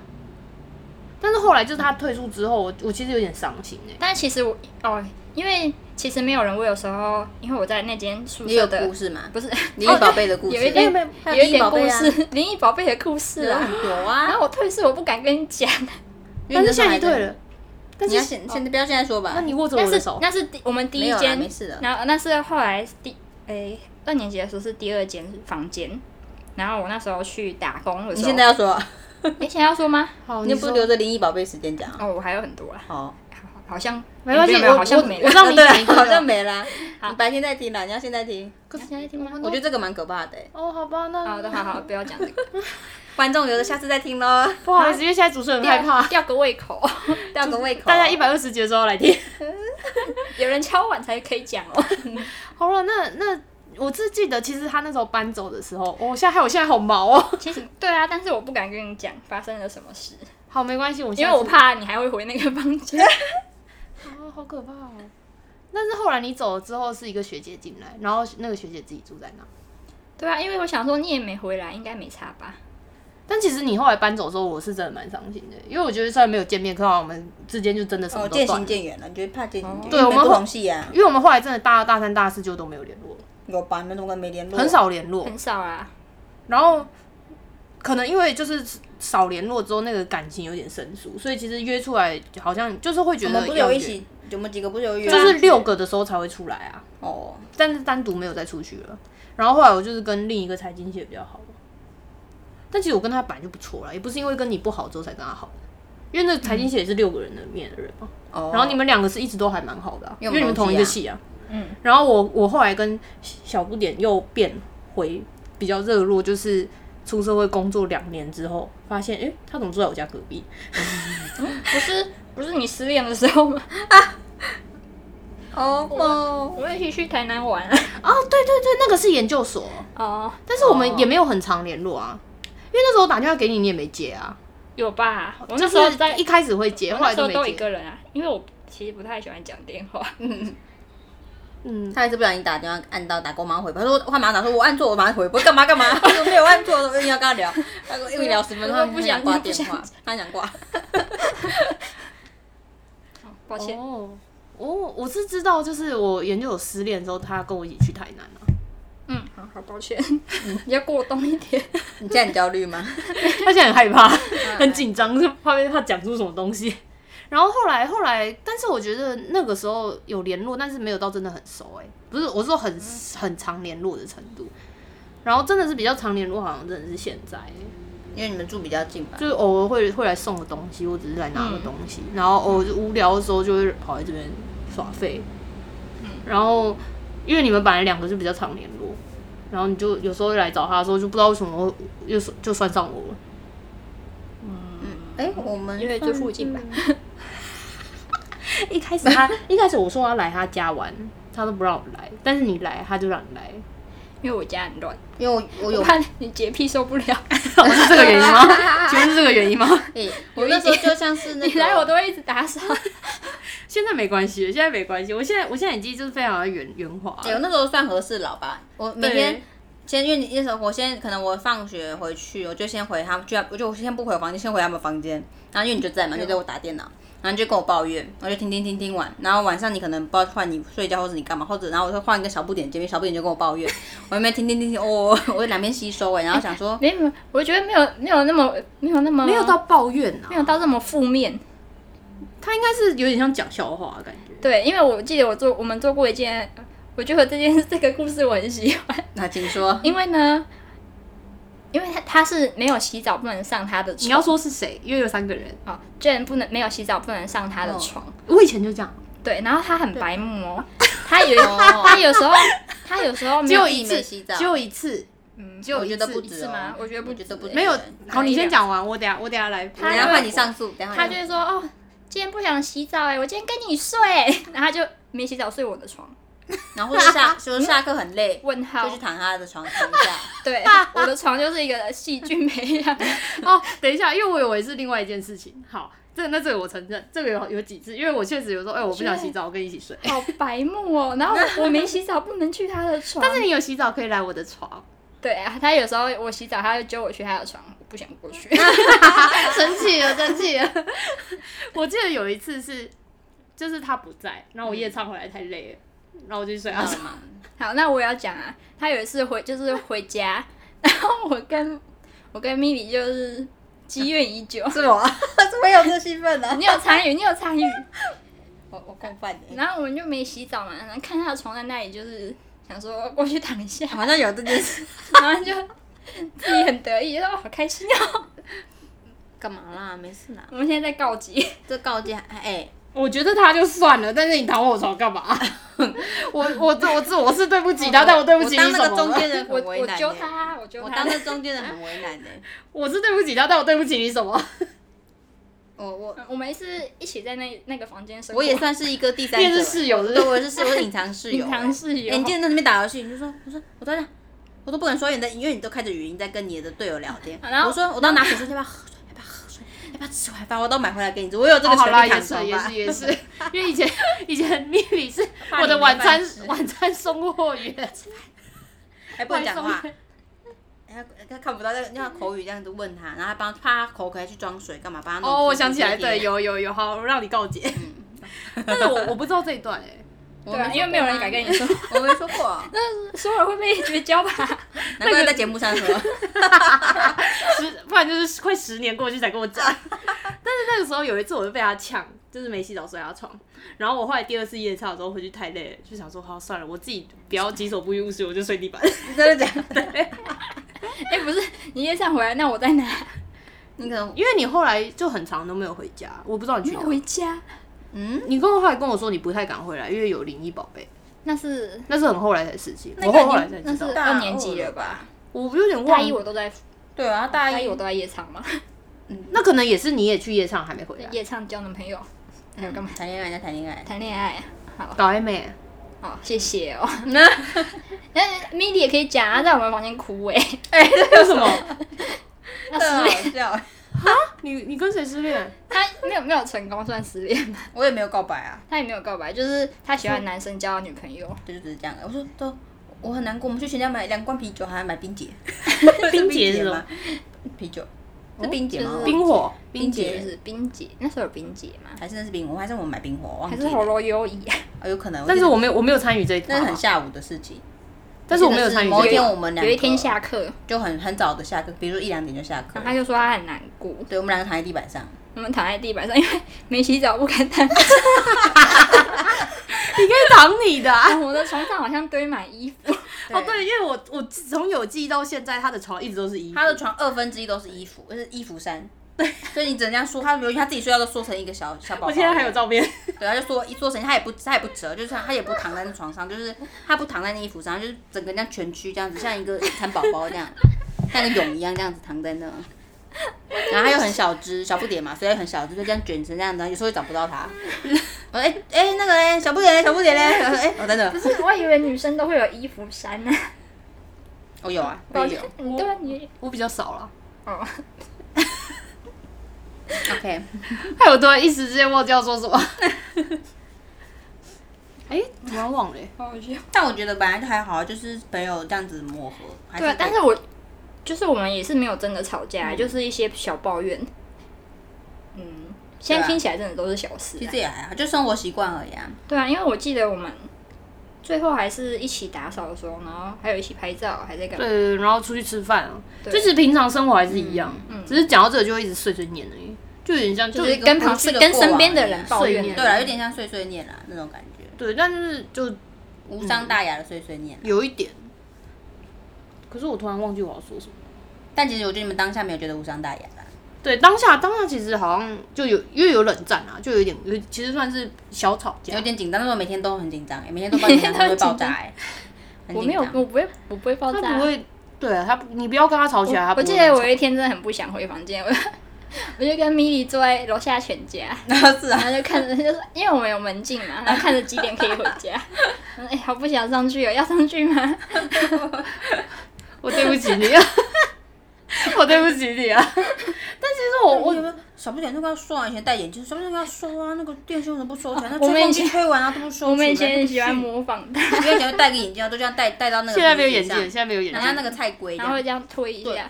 但是后来就是他退宿之后，我我其实有点伤心哎、但其实我哦，因为其实没有人，我有时候因为我在那间宿你有舍的故事吗？不是灵异宝贝的故事哎有一点哦哎没有没有有灵一异点宝故贝啊事，灵异宝贝的故事有啊。有然啊，后我退宿，我不敢跟你讲，因为但是你那时候现在还你退了，但你要是哦现现在不要现在说吧。那你握着那我的是手，那是第我们第没一有啦间没事的，然后那是后来第诶二年级的时候是第二间房间，然后我那时候去打工的你时候，现在要说啊，你想要说吗？好，你不哦说留着灵异宝贝时间讲啊？哦，我还有很多啦，好，好好像没关系有有我好像没我了。啊让你哦对讲一个，好像没啦。好你白天在听啦，你要现在听。可是现在听嗯吗？我觉得这个蛮可怕的欸，哦，好吧，那 *laughs* 好的，好好，不要讲这 *laughs* 个，观众留着下次再 *laughs* 听喽，不好意思，因为现在主持人很害 *laughs* 吊怕，吊个胃口。吊个胃口。大家一百二十集的时候来听。有人敲碗才可以讲哦。好了，那那我只记得，其实他那时候搬走的时候，哦我、现在还有现在好毛哦。其实对啊，但是我不敢跟你讲发生了什么事，好，没关系，我因为下次我怕你还会回那个房 *laughs* 间。啊，好可怕哦。但是后来你走了之后，是一个学姐进来，然后那个学姐自己住在那。对啊，因为我想说你也没回来，应该没差吧？但其实你后来搬走的时候，我是真的蛮伤心的，因为我觉得虽然没有见面，可好我们之间就真的什么哦，都渐断行了。哦渐远了，你觉得怕渐行渐远？哦对因为我们不后同戏啊，因为我们后来真的大二、大三、大四就都没有联络了，有吧？你们怎么没联络？很。少联络。很少啊，然后嗯可能因为就是少联络之后，那个感情有点生疏，所以其实约出来好像就是会觉我得们不是要有一约起，我们几个不是有啊约？就是六个的时候才会出来啊，哦，但是单独没有再出去了。然后后来我就是跟另一个财经系的比较好，但其实我跟他本来就不错啦，也不是因为跟你不好之后才跟他好的，因为那财经系也是六个人的面的人嘛。哦然后你们两个是一直都还蛮好的啊、因因为为你我们们同同系啊一个系啊。嗯，然后我我后来跟小不点又变回比较热络，就是出社会工作两年之后，发现诶，他怎么住在我家隔壁？不是不是你失恋的时候吗？哦哦，我们一起去台南玩啊。哦，对对对，那个是研究所，哦，但是我们也没有很常联络啊，因为那时候我打电话给你，你也没接啊。有吧？我就那时候是在，一开始会接，我后那来时就候都没一接。个人啊，因为我其实不太喜欢讲电话。嗯，他还是不小心打电话按到打勾，马上回拨。他说他马上打说，我按错，我马上回拨，干嘛干 *laughs* 嘛？他说没有按错，我硬要跟他 *laughs* 聊。他说又聊十分钟，我他说不想挂不电想话，他想 *laughs* 挂。抱歉，哦哦，我是知道，就是我研究所失恋之后，他跟我一起去台南啊。嗯，好好抱歉， *laughs* 比较过动一点。你现在很焦虑吗？他现在很害怕， *laughs* 很紧张，就怕被他讲出什么东西。 *laughs* 然后后来后来，但是我觉得那个时候有联络，但是没有到真的很熟、欸，不是，我是说很很常联络的程度。然后真的是比较常联络，好像真的是现在、欸因为你们住比较近吧。就是偶尔会会来送个东西，我只是来拿个东西，然后偶尔就无聊的时候就会跑来这边耍废。然后因为你们本来两个就比较常联络，然后你就有时候来找他的时候，就不知道为什么我又就算上我了。哎，我们因为这附近吧。 *laughs* 一开始他一开始我说我要来他家玩，他都不让我来，但是你来他就让你来， *laughs* 因为我家很乱，因为我我有我怕你洁癖受不了。是这个原因吗？请问是这个原因吗？ *laughs* 哎，我那时候就像是那 *laughs* 个你来我都会一直打扫。现在没关系，现在没关系，我现在我现在已经就是非常的圆圆滑哎，我那时候算合适了吧？我每天对先，因为你那时候我先可能我放学回去，我就先回他们，居然我就先不回我房间，先回他们房间。然后因为你就在嘛，就在我打电脑，然后你就跟我抱怨，我就听听听听完，然后晚上你可能不知道换你睡觉或者你干嘛，或者然后我就换一个小不点见面，小不点就跟我抱怨，我那边听听听听，哦，我在两边吸收哎，然后想 *laughs* 说，没有，我觉得没有没有那么没有那么没有到抱怨啊没，有到这么负面。他应该是有点像讲笑话的感觉。对，因为我记得我做我们做过一件，我觉得这件 *laughs* 这个故事我很喜欢，那请 *laughs* 说，因为呢，因为他他是没有洗澡不能上他的床。你要说是谁？因为有三个人，哦，居然不能没有洗澡不能上他的床，我以前就这样，对，然后他很白目哦，他 *laughs* 有他有时候他有时候没只有有一一次次，只只有有一次，嗯，只有有一一次次，我觉得不止哦是吗？我觉得不我觉得不止欸没有。好，你先讲，讲完，我等下我等下来，他等一下换你上诉，等一下他换你就会欸 *laughs* 说哦，今天不想洗澡哎、我今天跟你睡，然后他就没洗澡睡我的床，然后或者下就是下课很 *laughs* 累，问号就去躺他的床躺一下。对， *laughs* 我的床就是一个细菌培 *laughs* 养。 *laughs* 哦，等一下，因为我以为是另外一件事情。好，这那这个我承认，这个有有几次，因为我确实有时候，哎、我不想洗澡，我跟你一起睡。好白目哦！然后我我没洗澡，不能去他的 *laughs* *laughs* 床。但是你有洗澡可以来我的床，对啊，他有时候我洗澡，他就揪我去他的床，我不想过去。 *laughs* 生气了，生气了。 *laughs* 我记得有一次是，就是他不在，然后我夜唱回来太累了，然后我就去睡他知道床。吗好，那我也要讲啊，他有一次回就是回家，然后我跟我跟咪咪就是积怨已久， *laughs* 是我，怎么有这兴奋呢？你有参与，你有参与， *laughs* 我我共犯的，然后我们就没洗澡嘛，然后看他的床在那里，就是想说过去躺一下，好像有这件事。然后就自己很得意，说哦好开心哦。 *laughs* *laughs* 干嘛啦？没事啦，我们现在在告急，这告诫哎、我觉得他就算了，但是你躺我床干 *laughs* 嘛？我我这我这我是对不起他，哦但我对不起你我当那什个么中间了？人我很为我难、揪欸。他，啊我揪我他当。那中间人很为难的、我是对不起他，但我对不起你什么？我我嗯我们是一起在那那个房间生活，我也算是一个第三你也者是，室 *laughs* 友是不对，是？我也是室友我是隐藏室友、隐藏室欸友。你今天在那边打游戏，你就说，我说我都在那，我都不敢说你的，因为你都开着语音在跟你的队友聊天。然后我说我都拿水说要不要喝水，要不要喝水，要不要吃晚饭，我都买回来给你吃，我有这个哦好权啦，利也躺是床也吧是。也是，因为以前以前米米是怕你我的没晚餐饭吃晚餐送货员，还不能讲外话送员，他他看不到，要要口语这样子问他，然后还帮怕他口渴还去装水干嘛？帮他弄哦，我吐想吐起来，*laughs* 贴对，贴，有有有，好，我让你告解。 *laughs* 但是我我不知道这一段哎、我对啊，说因为没有过人啊敢跟你说， *laughs* 我没说 *laughs* 过，说了会被绝交吧？ *laughs* 难怪在节目上说。 *laughs* 十，不然就是快十年过去才跟我 *laughs* 讲。但是那个时候有一次，我就被他呛，就是没洗澡睡他床。然后我后来第二次夜唱的时候回去太累了，就想说好算了，我自己不要己所不欲勿施，我就睡地板。 *laughs* 真的假的？哎、不是，你夜上回来，那我在哪？那个，因为你后来就很长都没有回家，我不知道你去没哪有里。回家，嗯，你跟我后来跟我说你不太敢回来，因为有灵异宝贝，那是那是很后来的事情。那我个后后来才已经那知是道，大二年级了吧？我有点大忘一我了。都在，对啊，大大一一我都在夜唱嘛，那可能也是你也去夜唱还没回来，夜唱交男朋友，还有 *laughs* 干嘛？嗯谈恋爱在谈恋爱，谈恋爱。好，搞暧昧。 *laughs* 好，谢谢 *laughs* 哦。那 Milly 也可以讲啊，在我们房间哭哎、为什么？那失恋，笑。你你跟谁失恋？他没有没有成功算失恋吧？我也没有告白啊， *laughs* 他也没有告白，就是他喜欢的男生交了女朋友，就就只是这样。我说都，我很难过，我们去全家买两罐啤酒，还买冰 *laughs* 姐。 *laughs* 冰姐 *laughs* 是什么吗？啤酒是冰姐吗就？是冰火冰姐就是冰姐，那时候有冰姐嘛，还是那是冰火，还是我们买冰火？我忘还记是喉了，咙优怡啊？啊，有可能。但是记得我没有我没有参与这一那段是很，下午的事情，但是我没有参与某一这一天段。我们两有个一天下课，就很很早的下课，比如说一两点就下课然后，他就说他很难过，对我们两个躺在地板上，我们躺在地板上，因为没洗澡不敢躺。你可以挡你的、啊。我的床上好像堆满衣服， *laughs* 哦，对，因为我我从有记忆到现在，他的床一直都是衣服。他的床二分之一都是衣服，就是衣服衫。 *laughs* 所以你只能这样说，他由于他自己睡觉都缩成一个小小宝宝。我现在还有，照片，对，他就缩一缩成，他也不他也不折，就是他也不躺在那床上，就是他不躺在那衣服上，就是整个这样蜷曲这样子，像一个蚕宝宝这 *laughs* 样，像个蛹一样这样子躺在那。然后他又很小只，小不点嘛，所以很小只，就这样卷成这样子，有时候会找不到 *laughs* 他。我说哎哎、那个嘞，小不点嘞，小不点嘞，我说哎、我在哪？是 *laughs* 我以为女生都会有衣服衫呢、啊。我有啊，我也有。对啊，你 *laughs* 我比较少了。哦， OK，还有多一时之间忘记要说什么。 *laughs* 哎、突然忘了、好好笑。但我觉得本来就还好，啊就是朋友这样子磨合。还对啊，可以嗯但是我就是我们也是没有真的吵架，啊就是一些小抱怨。嗯，现对在啊听起来真的都是小事、其啊实。也还好，就生活习惯而已啊。对啊，因为我记得我们最后还是一起打扫的时候，然后还有一起拍照，还在干嘛？对对对，然后出去吃饭啊，对就是平常生活还是一样，只是讲到这个就会一直碎碎念而已，就有点像就嗯就是是一个跟过旁去的跟过往身边的而已人抱怨碎念啊，对啦，有点像碎碎念啊啦那种感觉，对，但就是就无嗯伤大雅的碎碎念。有一点。可是我突然忘记我要说什么。但其实我觉得你们当下没有觉得无伤大雅啦。对，当下当下其实好像就有因为有冷战啊，就有点有其实算是小吵架啊有。点紧张，但是我每天都很紧张、欸，每天都爆紧张， *laughs* 都会爆炸、欸，很我紧没有，张。我不会，我不会爆他炸啊。不会，对啊，他不你不要跟他吵起来，他我不记得会我有一天真的很不想回房间，我 *laughs* 我就跟米莉坐在楼下全家，然后 *laughs* 是然啊，后就看着， *laughs* 就是因为我们有门禁嘛，然后看着几点可以回家。 *laughs* 嗯哎、好不想上去哦，要上去吗？ *laughs* 我对不起你啊， *laughs* 我对不起你啊。 *laughs* 但其实我我我有没有少不点那个要刷啊？以前戴眼镜，少不点那个要刷啊？那个电线为什么不收起来？那我们吹风以机前吹完啊都不收起来。我们以前很喜欢不模仿他，是，因为以前就戴个眼镜啊，都这样戴戴到那个。现在没有眼镜，现，在没有眼很像那镜。个菜龟一 *laughs* 然样后会，这样推一下，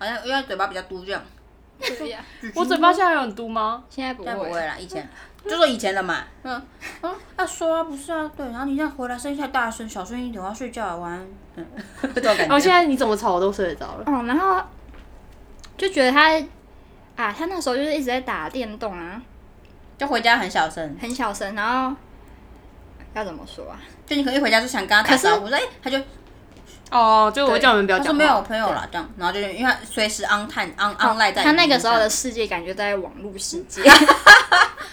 好像因为嘴巴比较嘟这样。推一下。 *laughs* 我嘴巴现在有很嘟吗？现在不但不会会，啦，以前就说以前的嘛。嗯嗯，要说啊，不是啊，对。然后你这样回来声音太大声，小声一点，我要睡觉了，晚安。嗯， *laughs* 这种感哦，现觉。在你怎么吵我都睡得着了。哦，然后就觉得他啊，他那时候就是一直在打电动啊，就回家很小声，很小声，然后要怎么说啊？就你可能一回家就想跟他打招呼，说哎、他就哦，就我叫你们不要他讲话。说没有我朋友了这样，然后就因为他随时 on time on on 赖在哦他你嗯那个身时候的上，世界感觉在网络世 *laughs* 界，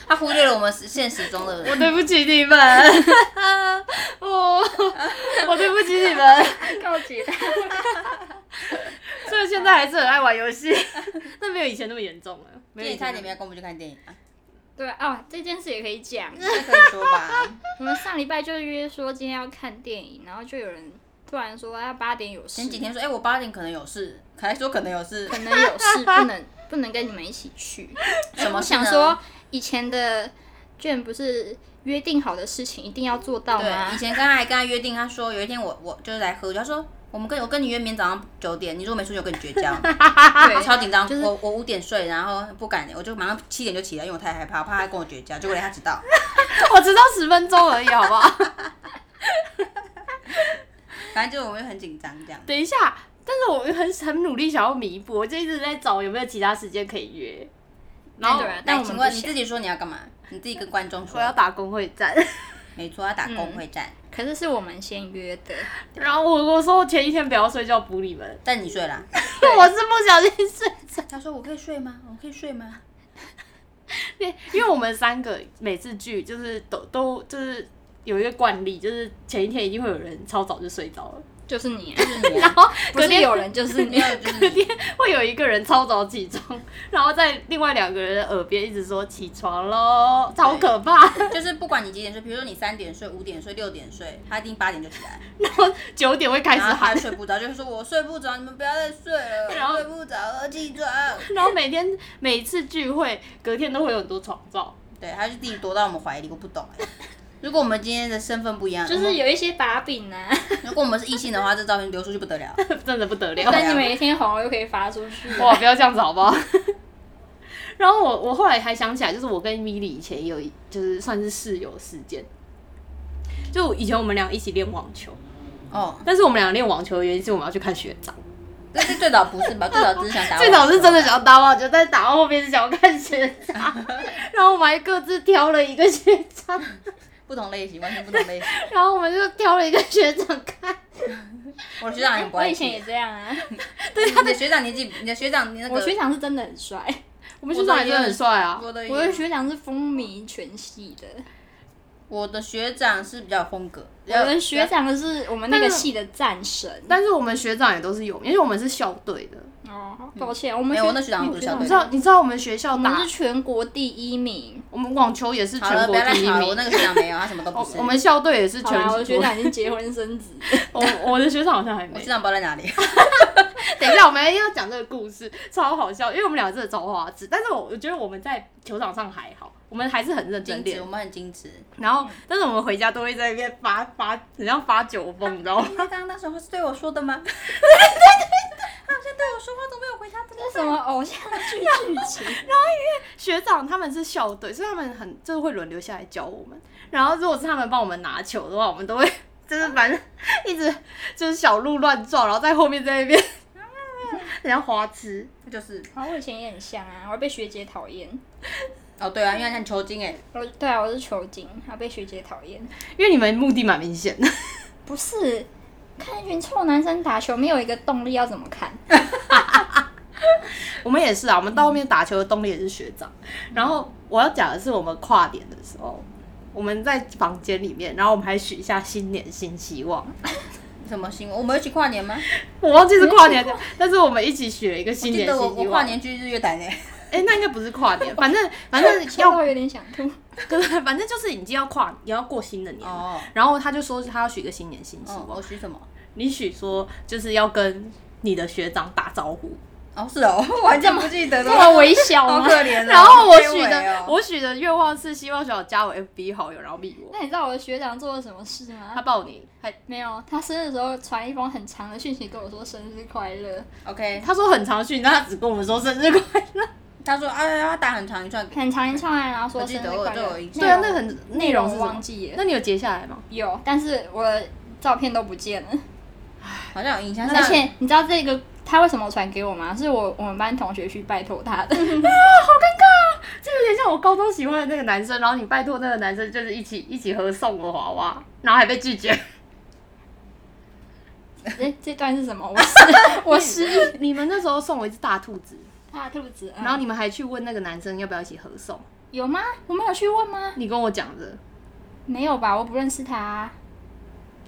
他忽略了我们现实中的我人。对不起你们， *laughs* 我我对不起你们。 *laughs* 告急他。虽然现在还是很爱玩游戏， *laughs* 但没有以前那么严重了。没那有以你前差那点么没有跟我们去看电影啊？ *laughs* 对哦，这件事也可以讲。那可以说吧，我们上礼拜就约说今天要看电影，然后就有人突然说他八点有事，前几天说哎、我八点可能有事，还说可能有事，可能有事不能不能跟你们一起去。什么哎我事呢想说以前的卷不是约定好的事情一定要做到吗对，以？前跟他还跟他约定，他说有一天我我就是来喝酒，他说我们跟我跟你约明天早上九点，你如果没出去我跟你绝 *laughs* 交，我超紧张，就是我我五点睡，然后不敢，我就马上七点就起来，因为我太害怕，我怕他跟我绝交，结果他迟到， *laughs* 我只到十分钟而已，好不好？ *laughs* 反正就我们就很紧张这样。等一下，但是我很很努力想要弥补，我就一直在找有没有其他时间可以约。然后对啊但来，我们请不问你想自己说你要干嘛？你自己跟观众说我。要打工会战，没错，要打嗯工会战，可是是我们先约的， *laughs* 然后我我说我前一天不要睡觉补你 *laughs* 们，但你睡啦。我是不小心睡着，他说我可以睡吗？我可以睡 *laughs* 吗？ *laughs* 因为我们三个每次聚就是都都就是有一个惯例，就是前一天一定会有人超早就睡着了， *laughs* 就是你、啊就，是你、然啊，后不隔是天有人就是没 *laughs* 你。有就是你。 *laughs* 会有一个人超早起床，然后在另外两个人的耳边一直说起床喽，超可 *laughs* 怕。就是不管你几点睡，比如说你三点睡、五点睡、六点睡，他一定八点就起来，然后九点会开始然后他喊，睡不着，就是说我睡不着，你们不要再睡了，然后我睡不着了，起床。然后每天每次聚会隔天都会有很多床照，对，他就自己躲到我们怀里，我不懂哎、如果我们今天的身份不一样，就是有一些把柄 *laughs* 啊，我们如果我们是异性的话，这照片流出去不 *laughs* 得了。真的不得了。但你每一天红了又可以发出去。哇，不要这样子好不好？ *laughs* 然后我我后来还想起来，就是我跟米莉以前也有一就是算是室友事件，就以前我们俩一起练网球，哦，但是我们俩练网球的原因是我们要去看学长，但是最早不是吧？最早只是想打网球，最早是真的想要打网球，但是打到后面是想要看学长，然后我们还各自挑了一个学长，不同类型，完全不同类型。然后我们就挑了一个学长看，我的学长也不我爱以前去也这样 *laughs* 啊，对他的学长年纪，你的学长你那个，我学长是真的很帅，我们学长也真的很帅啊，我的我的学长是风靡全系的，我的学长是比较有风格，我我的学长是我们那个系的战神。但是我们学长也都是有名，因为我们是校队的，哦，抱歉，我们没有我那学长没有不是校你队知道你知道我们学校我们打是全国第一名。我们网球也是好全了，不国要再第一吵了。名我。那个学长没有，他什么都不我是。 *laughs* 我们校队也是好全啦，国。我的学长已经结婚生子， *laughs* 我我的学长好像还我没学。长不知道 *laughs* 在哪里，等一下，我们要讲这个故事，超好笑，因为我们俩真的超花痴。但是我我觉得我们在球场上还好，我们还是很认真矜持，练我。们很矜持。然后，但是我们回家都会在那边发发，很像发酒疯，你知道吗？他刚刚那时候是对我说的吗？对对 *laughs* 对，他好像对我说话都没有回他，怎么这是什么偶像剧剧情？学长他们是校队，所以他们很就是会轮流下来教我们。然后，如果是他们帮我们拿球的话，我们都会 *laughs* 就是反正一直 *laughs* 就是小鹿乱撞，然后在后面在那边嗯很像花痴。不就是？然后我以前也很像啊，我还被学姐讨厌。哦，对啊，因为他很球精哎，我对啊，我是球精，还被学姐讨厌。因为你们目的蛮明显的。不是，看一群臭男生打球，没有一个动力，要怎么看？我们也是啊，我们到后面打球的动力也是学长。然后我要讲的是，我们跨年的时候，我们在房间里面，然后我们还许下新年新希望。什么新闻？我们一起跨年吗？我忘记是跨年的，但是我们一起许了一个我新记年得新我希我望跨。年去日月潭哎， *laughs* 哎、那应该不是跨年，反 *laughs* 正反呃 *laughs* 正要到有点想吐。 *laughs* 对，反正就是已经要跨，也要过新的年了。哦，然后他就说他要许个新年新希嗯，望，我许什么？你许说就是要跟你的学长打招呼。哦，是哦，我还真不记得 *laughs* 这么了，微小好 *laughs* 吗可？怜哦。然后我好卑许微的哦我许的愿望是希望小友加我 FB 好友，然后密 *laughs* 我。那你知道我的学长做了什么事他吗？抱你，还没有，他生日的时候传一封很长的讯息跟我说生日快乐， OK，他说很长讯，但他只跟我们说生日快乐。他说啊，他打很长一串，很长一串啊，然后说我记生得日快我就乐有。印 *laughs* 象内对啊，容那很内内容容是什忘么？记了，那你有截下来吗？有，但是我的照片都不见了。好像有印象，而像且你知道这个他为什么传给我吗？是我我们班同学去拜托他的。 *laughs* 这有点像我高中喜欢的那个男生，然后你拜托那个男生就是一起一起合送我娃娃，然后还被拒 *laughs* 绝。哎，这段是什么？我失我失忆。你们那时候送我一只大兔子，大兔子，嗯然后你们还去问那个男生要不要一起合送，有吗？我没有去问吗？你跟我讲的。没有吧，我不认识他啊、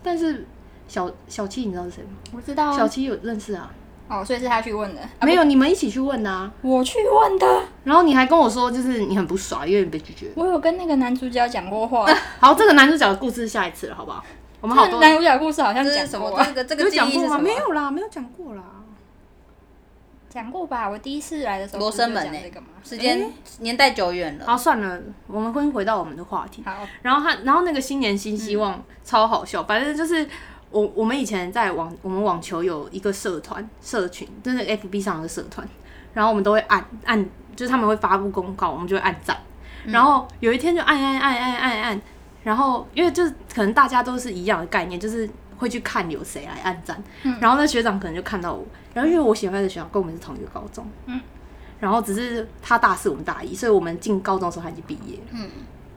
但是小小七你知道是谁吗？我知道哦啊小七有认识啊？哦，所以是他去问的，啊没有，你们一起去问的啊。我去问的。然后你还跟我说，就是你很不爽，因为你被拒绝。我有跟那个男主角讲过话，好，这个男主角的故事下一次了，好不好？我们好这多个男主角故事好像这讲是什过么？啊这个这有个记讲忆过是吗？什么？没有啦，没有讲过啦。讲过吧？我第一次来的时候罗生门不是欸就讲这个吗？时间年代久远了。好，算了，我们会回到我们的话题。好，然后他，然后那个新年新希望、嗯超好笑，反正就是我我们以前在网我们网球有一个社团社群，就是 FB 上的社团，然后我们都会按按，就是他们会发布公告，我们就会按赞。然后嗯有一天就按按按按按按，然后因为就是可能大家都是一样的概念，就是会去看有谁来按赞，嗯然后那学长可能就看到我，然后因为我喜欢的学长跟我们是同一个高中，嗯然后只是他大四我们大一，所以我们进高中的时候他已经毕业了，嗯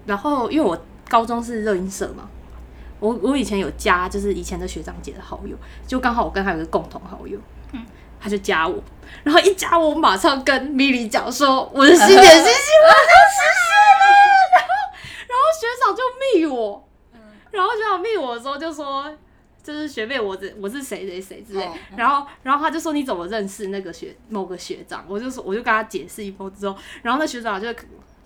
然后因为我高中是热音社嘛，我我以前有加就是以前的学长姐的好友，就刚好我跟他有一个共同好友，嗯他就加我，然后一加我，我马上跟米莉讲说我的新年新希望要实现了，然后然后学长就密我，嗯然后学长密我的时候就说。就是学妹，我是我是谁谁谁之类哦，然后然后他就说你怎么认识那个学某个学长？我就说我就跟他解释一波之后，然后那学长就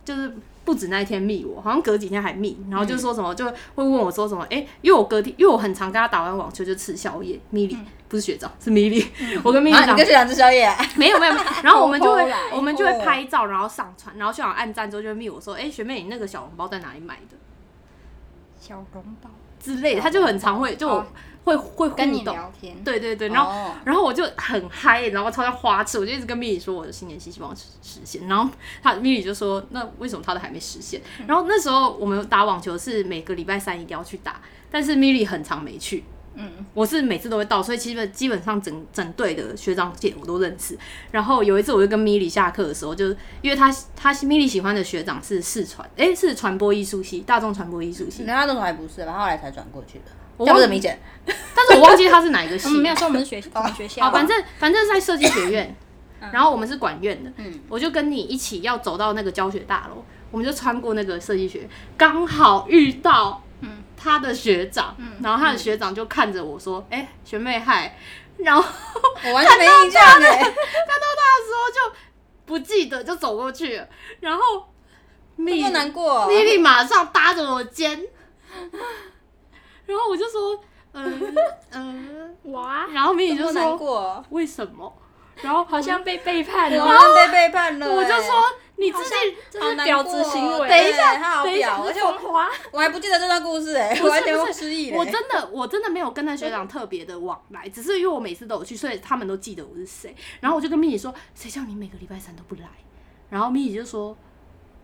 就是不止那一天密我，好像隔几天还密，然后就说什么、就会问我说什么，哎、因为我隔天，因为我很常跟他打完网球就吃宵夜，米莉、不是学长是米莉，我跟米莉 *laughs* 嗯啊，长你跟学长吃宵夜啊？ *laughs* 没有没有， *laughs* 没有然后我们就偷会来我们就会拍照，然后上传，然后学长按赞之后就会密我说，哎、学妹你那个小笼包在哪里买的小笼包之类的，他就很常会就哦会会跟互你动，聊天，对对对，然后哦然后我就很嗨，然后超像花痴，我就一直跟米莉说我的新年新希望实实现。然后他米莉就说：“那为什么他的还没实现？”然后那时候我们打网球是每个礼拜三一定要去打，但是米莉很常没去，嗯，我是每次都会到，所以基本基本上整整队的学长姐我都认识。然后有一次我就跟米莉下课的时候，就是因为他他米莉喜欢的学长是四传，诶，是传播艺术系，大众传播艺术系，那他那时候还不是吧？后来才转过去的，我要忘不怎么明显？但是我忘记他是哪一个 *laughs* 我系，们嗯没有说我们是学同学校好，啊，反正反正是在设计学 *coughs* 院，嗯然后我们是管院的，我就跟你一起要走到那个教学大楼，我们就穿过那个设计学院，刚好遇到嗯他的学长，嗯然后他的学长就看着我说：“哎、学妹嗨。” *laughs* 然后我完全没印象哎。之后就不记得，就走过去了，然后这米么难过哦，米莉马上搭着我肩， *laughs* 然后我就说：“嗯、 *laughs* 嗯、哇，然后米这莉就么难说：“过哦，为什么？”然后好像被背叛 *laughs* 我了。好像被背叛了欸。我就说你自己这好是难婊过子哦行为。对他好等一下婊，而且风我华，我还不记得这段故事哎，不我还是全不部是，失忆嘞。我真的我真的没有跟那学长特别的往来，只是因为我每次都有去，所以他们都记得我是谁。然后我就跟蜜姐说，谁叫你每个礼拜三都不来？然后蜜姐就说。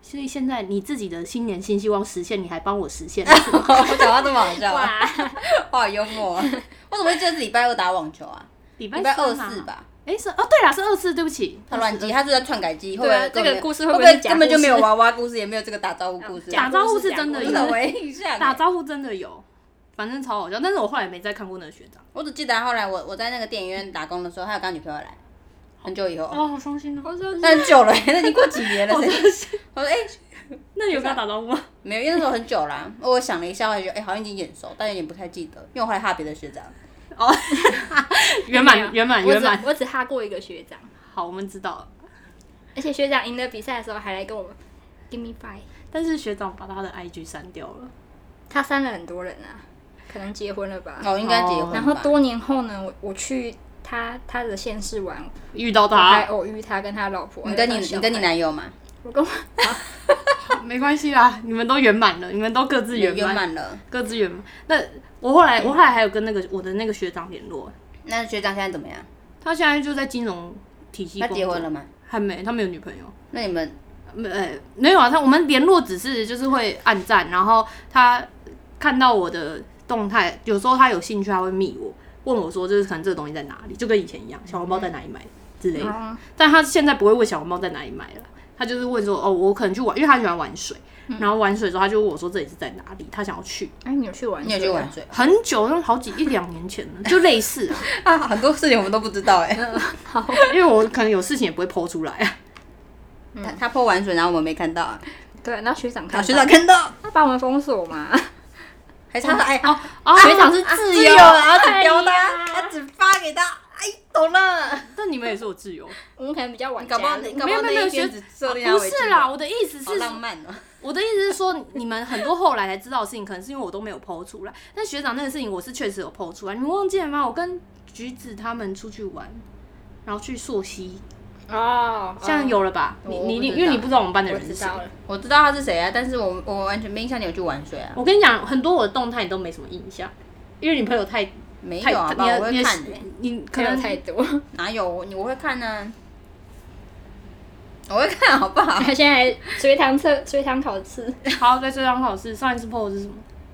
所以现在你自己的新年新希望实现，你还帮我实现， *laughs* 是吗 *laughs* 我讲话这么好笑啊，哇，我好幽默啊。 *laughs* 我怎么会记得是礼拜二打网球啊？礼拜礼拜二三啊四？吧，哎、是哦，对啦，是二四，对不起，他乱记， 24。他是在篡改记忆。对啊会不会根本这个故事会会不不会会根本就没有假故事娃娃故事，也没有这个打招呼故事？啊假招呼是真的我有真的没印象欸。打招呼真的有，反正超好笑。但是我后来没再看过那个学长，我只记得后来我我在那个电影院打工的时候，他有跟女朋友来，很久以后，哦，好伤心哦。*laughs* 我说那很久了，那已经过几年了。好谁伤心。我说哎、 *laughs* 那你有跟他打招呼吗？没有，因为那时候很久啦。我想了一下，我觉得哎、好像已经眼熟，但有点不太记得，因为我后来哈别的学长。圆满，圆满，我圆只满。我只哈过一个学长，好，我们知道了。而且学长赢得比赛的时候还来跟我 give me five，但是学长把他的 IG 删掉了，他删了很多人啊，可能结婚了吧。哦，应该结婚吧。然后多年后呢，我我去他他的县市玩，遇到我还他偶遇他跟他老婆。啊你跟你还有他小你跟你孩，男友嘛，我跟我没关系啦，你们都圆满了，你们都各自圆圆满，满了。各自圆满。那我后来我后来还有跟那个我的那个学长联络，那学长现在怎么样？他现在就在金融体系他工作，结婚了吗？还没，他没有女朋友。那你们没、没有啊，他我们联络只是就是会暗赞，然后他看到我的动态，有时候他有兴趣他会密我，问我说就是可能这个东西在哪里，就跟以前一样，小红包在哪里买之类的。哦但他现在不会问小红包在哪里买了，他就是问说哦，我可能去玩，因为他喜欢玩水，嗯然后玩水的时候他就问我说这里是在哪里，他想要去。哎，你有去玩？你有去玩？水很久，那好几一两年前了，就类似啊， *laughs* 啊？很多事情我们都不知道哎。因为我可能有事情也不会剖出来啊。他他泼完水，然后我们嗯没看到啊，对，然后学长看啊，到学长看到，他把我们封锁嘛， *laughs* 还差哎哦，哦学长是自由，然后只哎标呀啊他，他只发给他，哎，懂了。但你们也是我 *laughs* 挚友，我们可能比较晚加搞入，不好你没搞不有好没有没那有一学啊天只设定他不为是基啦，友，我的意思好是浪漫哦。我的意思是说，你们很多后来才知道的事情，可能是因为我都没有剖出来。但学长那个事情，我是确实有剖出来。你们忘记了吗？我跟橘子他们出去玩，然后去溯溪，哦，这样有了吧？我你我你不你，知道因为你不知道我们班的我人是知谁。道了，我知道他是谁啊，但是我我完全没印象你有去玩水啊，我跟你讲，很多我的动态你都没什么印象，因为你朋友太没太有啊，你吧？我的会你的看欸你可没有能太多。哪有我我会看呢？我会看好不 *laughs* 好？他现在随堂测、随堂考试，好在这张考试上一次 PO 的是什么？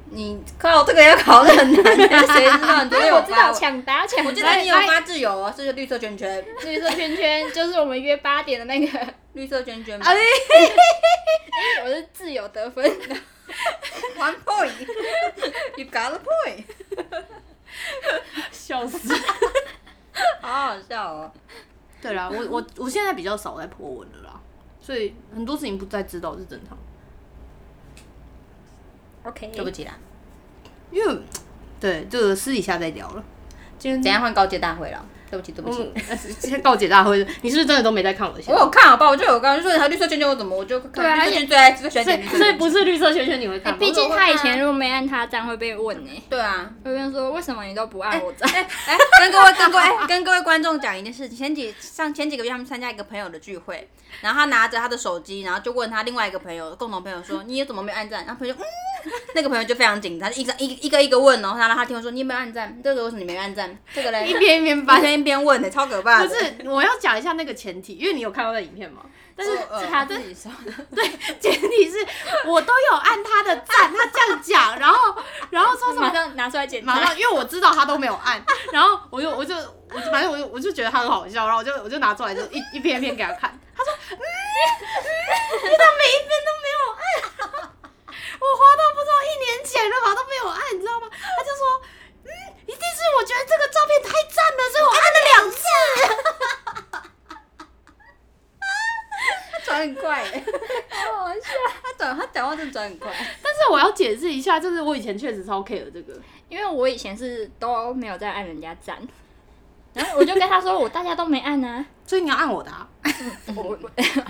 你靠这个要考的很 *laughs* 难欸，谁知道？你昨哎天啊我有知道发我，抢答抢答。我记得你有发自由哦，是不是绿色圈圈，绿色圈圈，就是我们约八点的那个，绿色圈圈嘛，哎，我是自由得分。 *laughs* one point. *laughs* You got a point. *laughs* 笑死！ *laughs* 好好笑哦。对啦，我我我现在比较少在 po 文了啦，所以很多事情不再知道是正常的。哎 OK，对不起啦，因为对这个私底下再聊了。今怎天样换高阶大会了？对不起，对不我起。 *laughs* 今天告解大会，你是不是真的都没在看我的线我？有看好不好？我就有刚刚就说他绿色圈圈，我怎么我就对啊看绿色圈最爱最喜欢所点以绿色所以圈圈。不是绿色圈圈你会看哎吗，毕竟我他以看啊前如果没按他赞会被问呢、对啊，会被说为什么你都不哎按我赞？ *laughs* 哎哎，跟各位跟各位哎 *laughs* 跟各位观众讲一件事情，前几上前几个月他们参加一个朋友的聚会，然后他拿着他的手机，然后就问他另外一个朋友共同朋友说你怎么没有按赞？然后朋友就嗯， *laughs* 那个朋友就非常紧张，一个一个一个一个问哦，然后他让他听我说你有没有按赞？这个为什么你没按赞？这个 *laughs* 嘞，一边一边发翻。现一边问的、超可怕不的。是，我要讲一下那个前提，因为你有看到那影片吗？但是呃他的自己说的， *laughs* 前提是我都有按他的赞，他这样讲，然后然后说什马么？上拿出来检马查。上，因为我知道他都没有按，然后我就我就我就反正我就我就觉得他很好笑，然后我就我就拿出来就一一篇一篇给他看，他说，嗯，嗯你怎么每一篇都没有按？我花到不知道一年前了吧，都没有按，你知道吗？他就说，嗯，一定是我觉得这个照片太赞了，所以我按了两次。 *laughs* 转很快、欸，好好笑。他转他讲话真的转很快，但是我要解释一下，就是我以前确实超 care 这个，因为我以前是都没有在按人家赞，然后我就跟他说我大家都没按啊，所以你要按我的、啊，我我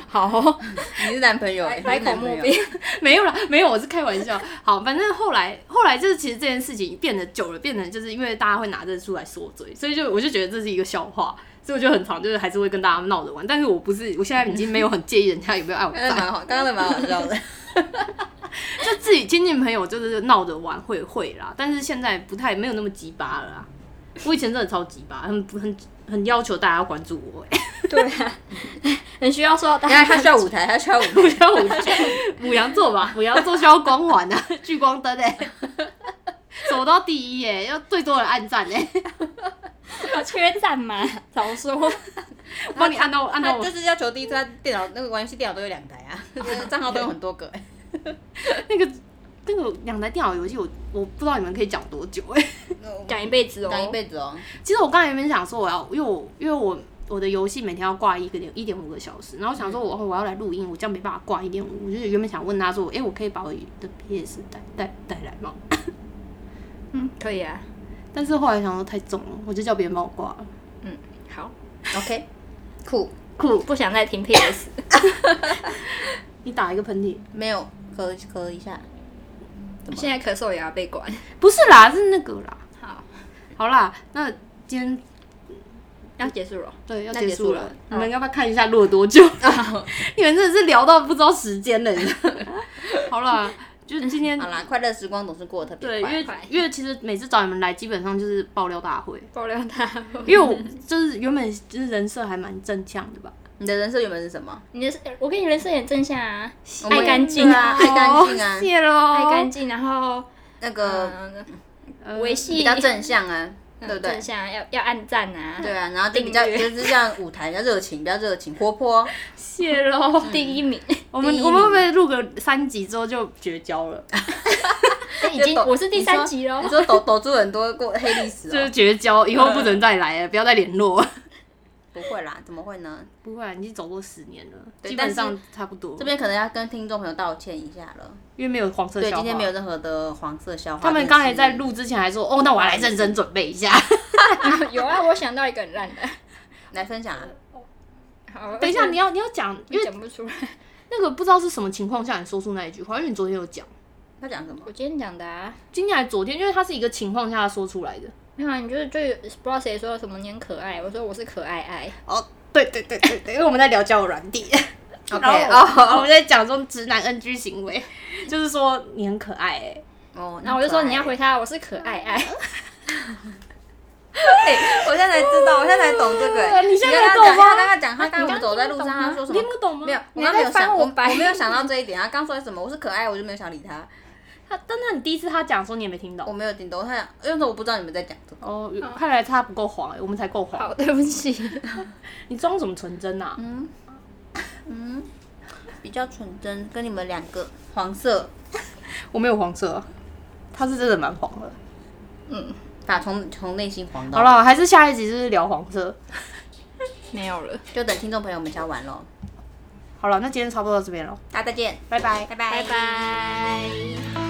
好哦你是男朋友、欸，你是百百口男朋莫友辩。。 *laughs* 没有啦，没有，我是开玩笑。好，反正后来后来就是其实这件事情变得久了，变成就是因为大家会拿这出来说嘴，所以就我就觉得这是一个笑话，所以我就很常就是还是会跟大家闹着玩。但是我不是，我现在已经没有很介意人家有没有爱我刚刚赞，蛮好，刚刚的蛮好笑的。 *laughs* 就自己亲近朋友就是闹着玩会会啦，但是现在不太没有那么鸡巴了啦。我以前真的超鸡巴，很很很要求大家要关注我、欸， *laughs* *laughs* 对啊，很需要受到大等一下家他需要舞台，他需要舞台。我要我母羊座吧，母羊座需要光环啊，聚光灯哎、欸，走到第一哎、要最多人暗赞哎、我缺赞嘛，早说。帮你按到按到他我 *laughs* 就是要求第一次，他电脑那个玩游戏电脑都有两台啊， *laughs* 账号都有很多个、欸。那个那个两台电脑游戏，我我不知道你们可以讲多久哎、讲一辈子哦， *laughs* 讲一辈子哦， *laughs* 其实我刚才原本想说我要，因为我因为我我的游戏每天要挂一个点一点五个小时，然后想嗯说我、哦我要来录音，我这样没办法挂一点五，我就是原本想问他说，哎、我可以把我的 PS 带带带来吗？嗯，可以啊，但是后来想说太重了，我就叫别人帮我挂了。嗯，好， OK，酷，酷，不想再听 *laughs* PS。你打一个喷嚏，没有咳咳一下，现在咳嗽也要被管。不是啦，是那个啦。好，好啦，那今天要结束了。对要那结结束束了，了你嗯们要不要看一下录了多 *laughs* 久？你们真的是聊到不知道时间了。你知道吗好啦，就是今天好啦，快乐时光总是过得特对，别因快。为快因为其实每次找你们来，基本上就是爆料大 *laughs* 会。爆料大会，因为我就是原本就是人设还蛮正向的吧，你的人设原本是什么？你的是我跟你人设也正向啊，我们爱干净对啊，爱干净啊，哦谢喽，爱干净，然后那个嗯，呃嗯维系比较正向啊，对不对正？向要要按赞啊，对，啊，然后就比较订阅就是像舞台比较热情，比较热情活 *laughs* 泼。谢 *laughs* 喽。第一名。我们第一名我们会不会录个三集之后就绝交 *laughs* 了？已就经抖我是第三集喽你，说抖抖出很多过黑历史就是哦？绝交，以后不准再 *laughs* 来了，不要再联络。 *laughs* 不会啦，怎么会呢？不会啊，你已经走过十年了，对基本但上差不多。这边可能要跟听众朋友道歉一下了。因为没有黄色对，笑话，今天没有任何的黄色笑话。他们真的刚才是在录之前还说，哦，那我要来认真准备一下。 *laughs* 有啊，我想到一个很烂的，来分享啊，好， *laughs* 等一 *laughs* 下，你 *laughs* 要要你要讲，因为讲不出来，那那个不知道是什么情况下你说出那一句话，因为你昨天有讲，他讲什么我？今天讲的啊，今天还昨天，因为它是一个情况下说出来的。没有啊，你就是就有不知道谁说什么你很可爱，我说我是可爱爱，哦，对对对对对，因为我们在聊交友软体 OK，然后我我们在讲这种直男 NG 行为， *laughs* 就是说你很可爱哎、哦，然后我就说你要回他，我是可爱爱， *laughs* 哎、我现在才知道，我现在才懂这个、哎你现在刚才刚懂吗啊讲他刚刚讲，他你刚刚我们走在路上，刚刚他说什么听？不懂吗？没有，我你刚没有在翻想，我我白我没有想到这一点。他刚说什么？我是可爱，我就没有想理他，他，但是你第一次他讲的时候你也没听我懂。没有听懂。他想，因为我不知道你们在讲这个。哦，看来他不够黄、欸，我们才够黄。 *laughs* 好，对不起，你装什么纯真啊？嗯嗯，比较纯真，跟你们两个黄色我没有黄色，啊他是真的蛮黄的。嗯，打从从内心黄到。好，了，还是下一集就是聊黄色。没有了，就等听众朋友们敲完喽，好了，那今天差不多到这边了，大家再见，拜拜。拜拜拜拜。